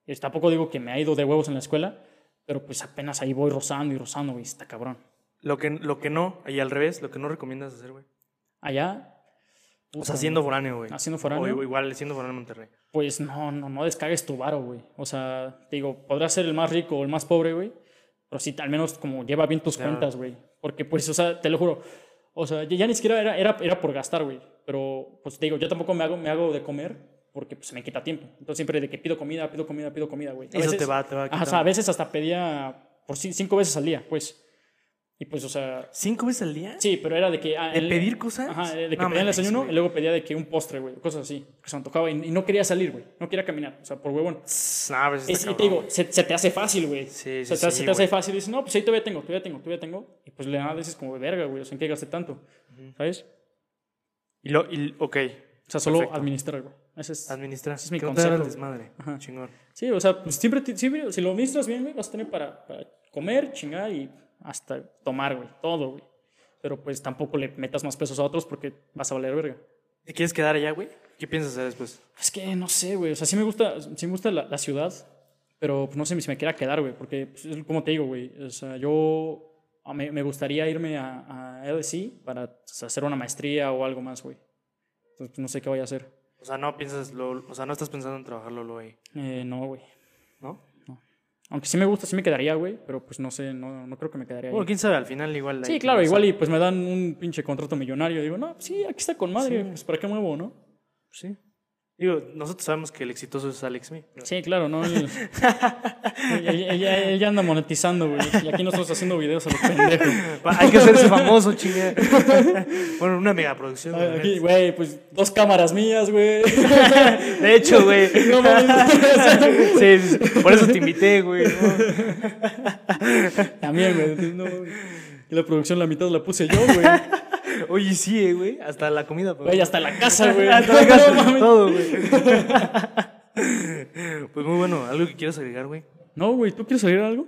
Speaker 2: Es- Tampoco digo que me ha ido de huevos en la escuela, pero pues apenas ahí voy rozando y rozando, güey, está cabrón.
Speaker 1: lo, que, lo que no, y al revés, lo que no recomiendas hacer, güey.
Speaker 2: Allá.
Speaker 1: O
Speaker 2: puta,
Speaker 1: sea, siendo foráneo, güey.
Speaker 2: Haciendo
Speaker 1: O
Speaker 2: foráneo.
Speaker 1: i- igual, siendo foráneo en Monterrey.
Speaker 2: Pues no, no, no descargues tu varo, güey. O sea, te digo, podrás ser el más rico o el más pobre, güey. Pero sí, al menos como lleva bien tus
Speaker 1: Claro.
Speaker 2: cuentas, güey. Porque pues, o sea, te lo juro. O sea, ya, ya ni siquiera era, era, era por gastar, güey. Pero pues te digo, yo tampoco me hago, me hago de comer porque pues me quita tiempo. Entonces siempre de que pido comida, pido comida, pido comida, güey. A
Speaker 1: Eso
Speaker 2: veces-
Speaker 1: te va, te va a
Speaker 2: Ajá,
Speaker 1: quitar.
Speaker 2: o sea, a veces hasta pedía por cin- cinco veces al día, pues. Y pues, o sea,
Speaker 1: ¿Cinco veces al día?
Speaker 2: sí, pero era de que... ah,
Speaker 1: ¿De
Speaker 2: el-
Speaker 1: pedir cosas?
Speaker 2: Ajá, de que
Speaker 1: No
Speaker 2: pedía el
Speaker 1: mames,
Speaker 2: desayuno
Speaker 1: güey.
Speaker 2: y luego pedía de que un postre, güey, cosas así, que se me antojaba y, y no quería salir, güey, no quería caminar, o sea, por huevón.
Speaker 1: Tss, No, pues está
Speaker 2: Es, y te
Speaker 1: cabrón,
Speaker 2: digo,
Speaker 1: güey.
Speaker 2: se, se te hace fácil, güey.
Speaker 1: Sí,
Speaker 2: O
Speaker 1: sí,
Speaker 2: sea, se,
Speaker 1: sí,
Speaker 2: se te hace
Speaker 1: güey.
Speaker 2: fácil. Dices, no, pues ahí todavía tengo, todavía tengo, todavía tengo. Y pues le das, dices como, verga, güey, o sea, ¿en qué gasté tanto? ¿Sabes?
Speaker 1: Y lo, y, ok,
Speaker 2: O sea, solo
Speaker 1: Perfecto.
Speaker 2: administrar, güey. Ese es-
Speaker 1: administrar.
Speaker 2: Ese es mi
Speaker 1: que no te haga el
Speaker 2: concepto,
Speaker 1: desmadre.
Speaker 2: Ajá.
Speaker 1: Chingón.
Speaker 2: Sí, o sea, pues siempre, ti- siempre- si lo administras bien, güey, vas a tener para, para comer, chingar y hasta tomar, güey, todo, güey. Pero pues tampoco le metas más pesos a otros porque vas a valer verga.
Speaker 1: ¿Te quieres quedar allá, güey? ¿Qué piensas hacer después?
Speaker 2: Es que no sé, güey. O sea, sí me gusta, sí me gusta la, la ciudad, pero pues, no sé si me quiera quedar, güey. Porque, pues, es como te digo, güey, o sea, yo a- me, me gustaría irme a, a LSE para o sea, hacer una maestría o algo más, güey. Entonces, pues, no sé qué voy a hacer.
Speaker 1: O sea, no piensas, lo, o sea, no estás pensando en trabajarlo luego ahí,
Speaker 2: Eh, no, güey.
Speaker 1: ¿no?
Speaker 2: Aunque sí me gusta, sí me quedaría, güey, pero pues no sé, no, no creo que me quedaría. ahí.
Speaker 1: Bueno, quién sabe, al final igual. ahí
Speaker 2: Sí, claro,
Speaker 1: tienes
Speaker 2: igual
Speaker 1: algo.
Speaker 2: y pues me dan un pinche contrato millonario. Digo, no, pues, sí, aquí está con madre,
Speaker 1: Sí.
Speaker 2: pues para qué muevo, ¿no?
Speaker 1: Sí. Digo, nosotros sabemos que el exitoso es Alex Smith.
Speaker 2: Sí, claro, ¿no? Él, él- él- él- él ya anda monetizando, güey. Y aquí nosotros haciendo videos a los pendejos.
Speaker 1: Va, [LAUGHS] Hay que hacerse
Speaker 2: [LAUGHS]
Speaker 1: famoso, chingue. bueno, una megaproducción.
Speaker 2: Ah,
Speaker 1: güey.
Speaker 2: Aquí, güey, pues dos cámaras mías,
Speaker 1: [LAUGHS]
Speaker 2: güey.
Speaker 1: De hecho, güey.
Speaker 2: [LAUGHS] No mames.
Speaker 1: Sí, sí, sí. por eso te invité, güey. ¿no?
Speaker 2: También, güey. no, güey. y la producción la mitad la puse yo, güey.
Speaker 1: Oye, sí, eh, güey. Hasta la comida, pues.
Speaker 2: Güey, hasta la casa, güey.
Speaker 1: Hasta la casa,
Speaker 2: No, mames.
Speaker 1: todo, güey. [LAUGHS] pues muy bueno, algo que quieras agregar, güey.
Speaker 2: No, güey, ¿tú quieres salir algo?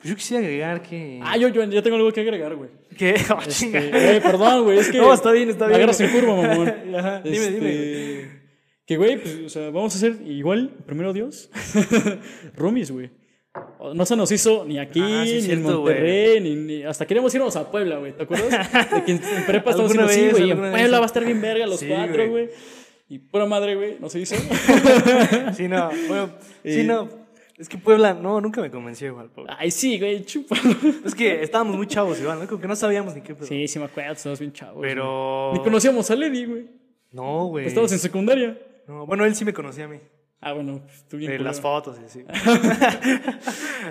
Speaker 1: Pues yo quisiera agregar que.
Speaker 2: Ah, yo, yo, yo tengo algo que agregar, güey.
Speaker 1: que. [LAUGHS] Oh,
Speaker 2: Este,
Speaker 1: chinga.
Speaker 2: güey, perdón, güey, es que...
Speaker 1: No, está bien, está
Speaker 2: me
Speaker 1: bien.
Speaker 2: agarras en curva, mamón.
Speaker 1: Ajá, dime,
Speaker 2: Este,
Speaker 1: dime,
Speaker 2: Que, güey, pues, o sea, vamos a hacer igual, primero Dios, [LAUGHS] roomies, güey. O- No se nos hizo ni aquí,
Speaker 1: Ah, sí,
Speaker 2: ni en
Speaker 1: cierto, güey.
Speaker 2: Monterrey, ni, ni- Hasta queríamos irnos a Puebla, güey, ¿te acuerdas? De que en en prepa estamos
Speaker 1: Alguna
Speaker 2: diciendo,
Speaker 1: vez,
Speaker 2: sí, güey, en
Speaker 1: alguna
Speaker 2: Puebla
Speaker 1: vez".
Speaker 2: va a estar bien verga los
Speaker 1: Sí,
Speaker 2: cuatro,
Speaker 1: güey.
Speaker 2: güey. Y pura madre, güey, no se
Speaker 1: [LAUGHS]
Speaker 2: hizo.
Speaker 1: Sí, no, bueno,
Speaker 2: Y-
Speaker 1: sí, no. Es que Puebla, no, nunca me convenció igual, Puebla.
Speaker 2: Ay, sí, güey, chupa.
Speaker 1: Es que estábamos muy chavos igual, ¿no? Como que no sabíamos ni qué pedo.
Speaker 2: Sí, sí me acuerdo, estábamos bien chavos. güey.
Speaker 1: Pero.
Speaker 2: Ni conocíamos a Lenny, güey.
Speaker 1: No, güey.
Speaker 2: Estábamos en secundaria.
Speaker 1: No, bueno, él sí me conocía a mí.
Speaker 2: Ah, bueno, pues, tú bien
Speaker 1: De las
Speaker 2: culero.
Speaker 1: fotos y así. [LAUGHS]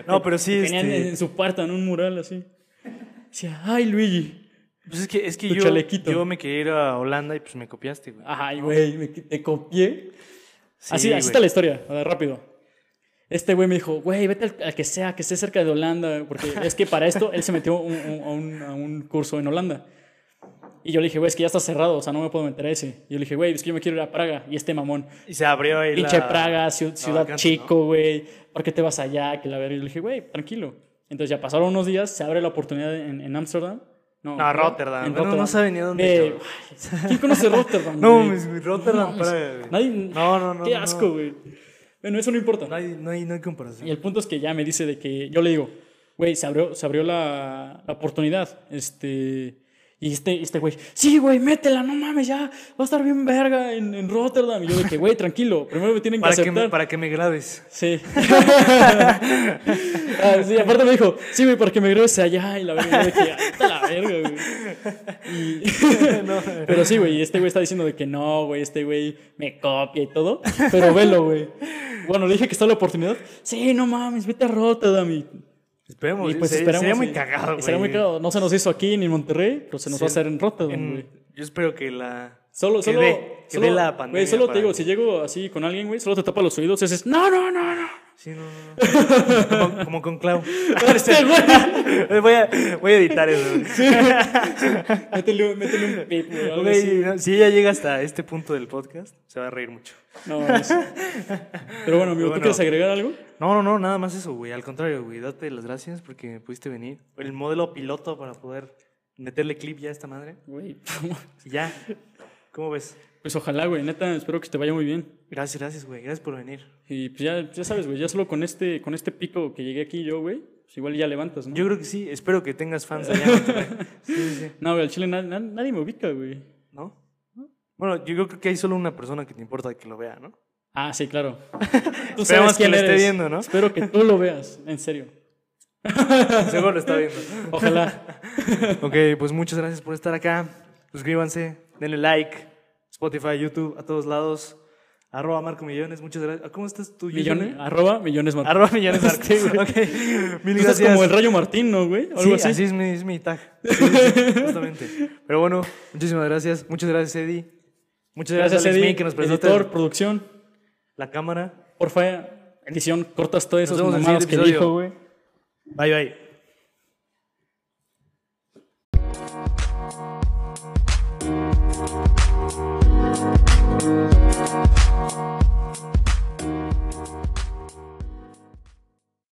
Speaker 1: no, pero sí,
Speaker 2: Tenían
Speaker 1: este,
Speaker 2: en su puerta, en un mural así. Decía, ay, Luigi.
Speaker 1: Pues es que, es que
Speaker 2: tu
Speaker 1: yo,
Speaker 2: chalequito.
Speaker 1: yo me quería ir a Holanda y pues me copiaste, güey.
Speaker 2: Ay, güey, me- te copié.
Speaker 1: Sí,
Speaker 2: así, así
Speaker 1: güey.
Speaker 2: está la historia, a ver, rápido. Este güey me dijo, güey, vete al, al que sea, que esté cerca de Holanda, [LAUGHS] porque es que para esto él se metió un- un- a, un, a un curso en Holanda. Y yo le dije, güey, es que ya está cerrado, o sea, no me puedo meter a ese. Y yo le dije, güey, es que yo me quiero ir a Praga, y este mamón.
Speaker 1: Y se abrió ahí
Speaker 2: Pinche
Speaker 1: la...
Speaker 2: Praga, ciu- ciudad
Speaker 1: vacante,
Speaker 2: chico, güey. ¿Por qué te vas allá? Que la verga. Y le dije, güey, tranquilo. Entonces ya pasaron unos días, se abre la oportunidad en en Ámsterdam.
Speaker 1: No, Rotterdam.
Speaker 2: en
Speaker 1: Bueno, no sabe ni dónde,
Speaker 2: Güey,
Speaker 1: cabrón.
Speaker 2: ay, ¿Quién conoce
Speaker 1: [LAUGHS]
Speaker 2: Rotterdam?
Speaker 1: No,
Speaker 2: güey?
Speaker 1: mis- mis Rotterdam,
Speaker 2: No,
Speaker 1: Praga, güey.
Speaker 2: Nadie,
Speaker 1: No, no, no,
Speaker 2: Qué
Speaker 1: no, no.
Speaker 2: asco, güey. Bueno, eso no importa.
Speaker 1: No hay, no hay, no hay comparación.
Speaker 2: Y el punto es que ya me dice de que yo le digo, güey, se abrió, se abrió la, la oportunidad. Este. Y este, este güey, sí, güey, métela, no mames, ya, va a estar bien verga en, en Rotterdam. Y yo de que, güey, tranquilo, primero me tienen que
Speaker 1: Para que,
Speaker 2: aceptar.
Speaker 1: me, para que me grades.
Speaker 2: Sí.
Speaker 1: [LAUGHS]
Speaker 2: [LAUGHS] Ah, sí, aparte me dijo, sí, güey, porque me regrese allá y la verga, yo de que, "Ah, vete a la verga,
Speaker 1: [LAUGHS]
Speaker 2: güey. Y- [LAUGHS] pero sí, güey, este güey está diciendo de que no, güey, este güey me copia y todo, pero velo, güey. Bueno, le dije que está la oportunidad. Sí, no mames, vete a Rotterdam y,
Speaker 1: Esperemos.
Speaker 2: y pues
Speaker 1: se-
Speaker 2: esperamos.
Speaker 1: Sería
Speaker 2: y-
Speaker 1: muy cagado, güey.
Speaker 2: Sería muy cagado. No se nos hizo aquí ni en Monterrey, pero se nos
Speaker 1: Sí.
Speaker 2: va a hacer en Rotterdam,
Speaker 1: En-
Speaker 2: güey.
Speaker 1: yo espero que la...
Speaker 2: Solo,
Speaker 1: que
Speaker 2: solo,
Speaker 1: dé- que
Speaker 2: solo-
Speaker 1: dé la
Speaker 2: güey,
Speaker 1: pandemia
Speaker 2: solo
Speaker 1: para-
Speaker 2: te digo, si llego así con alguien, güey, solo te tapa los oídos y dices, no, no, no, no.
Speaker 1: Sí, no, no, no. Como, como con
Speaker 2: [LAUGHS]
Speaker 1: Clau.
Speaker 2: Este güey.
Speaker 1: [LAUGHS] voy, a, voy a editar eso. güey.
Speaker 2: [LAUGHS] Métele, métele un pip, güey. algo
Speaker 1: Güey,
Speaker 2: así.
Speaker 1: no, si ella llega hasta este punto del podcast, se va a reír mucho.
Speaker 2: No, no sé. Pero bueno, amigo, ¿tú
Speaker 1: Bueno.
Speaker 2: quieres agregar algo?
Speaker 1: No, no, no, nada más eso, güey. Al contrario, güey. Date las gracias porque pudiste venir. El modelo piloto para poder meterle clip ya a esta madre.
Speaker 2: Güey.
Speaker 1: Y Ya. ¿Cómo ves?
Speaker 2: Pues ojalá, güey. Neta, espero que te vaya muy bien.
Speaker 1: Gracias, gracias, güey. Gracias por venir.
Speaker 2: Y pues ya, ya sabes, güey. Ya solo con este, con este pico que llegué aquí yo, güey. Pues igual ya levantas, ¿no?
Speaker 1: Yo creo que sí. Espero que tengas fans allá. en Monterrey. Sí, sí, sí.
Speaker 2: No, güey, al chile na- na- nadie me ubica, güey.
Speaker 1: ¿No? Bueno, yo creo que hay solo una persona que te importa que lo vea, ¿no?
Speaker 2: Ah,
Speaker 1: [LAUGHS]
Speaker 2: sí, claro. Tú
Speaker 1: Esperemos que lo esté viendo, ¿no?
Speaker 2: Espero que tú lo veas, en serio.
Speaker 1: Seguro lo está viendo. [LAUGHS]
Speaker 2: Ojalá.
Speaker 1: ok, pues muchas gracias por estar acá. Suscríbanse, denle like, Spotify, YouTube, a todos lados. Arroba Marco Millones, muchas gracias. Ah, ¿Cómo estás tú?
Speaker 2: Millones,
Speaker 1: username?
Speaker 2: arroba millones Martín.
Speaker 1: Arroba Millones Marco.
Speaker 2: Sí, güey.
Speaker 1: ok, mil
Speaker 2: Tú estás
Speaker 1: gracias.
Speaker 2: como el rayo Martín, ¿no, güey? Algo
Speaker 1: Sí,
Speaker 2: así.
Speaker 1: así, es, mi, es mi tag. Sí, sí, justamente. Pero bueno, muchísimas gracias. Muchas gracias, Eddie. Muchas gracias,
Speaker 2: Gracias,
Speaker 1: Alex
Speaker 2: Eddie,
Speaker 1: May, que nos presenta
Speaker 2: editor, producción.
Speaker 1: la cámara.
Speaker 2: Porfa, edición, cortas todas
Speaker 1: Nos
Speaker 2: esas
Speaker 1: vemos en el
Speaker 2: mamadas que
Speaker 1: siguiente episodio.
Speaker 2: dijo, güey.
Speaker 1: Bye, bye.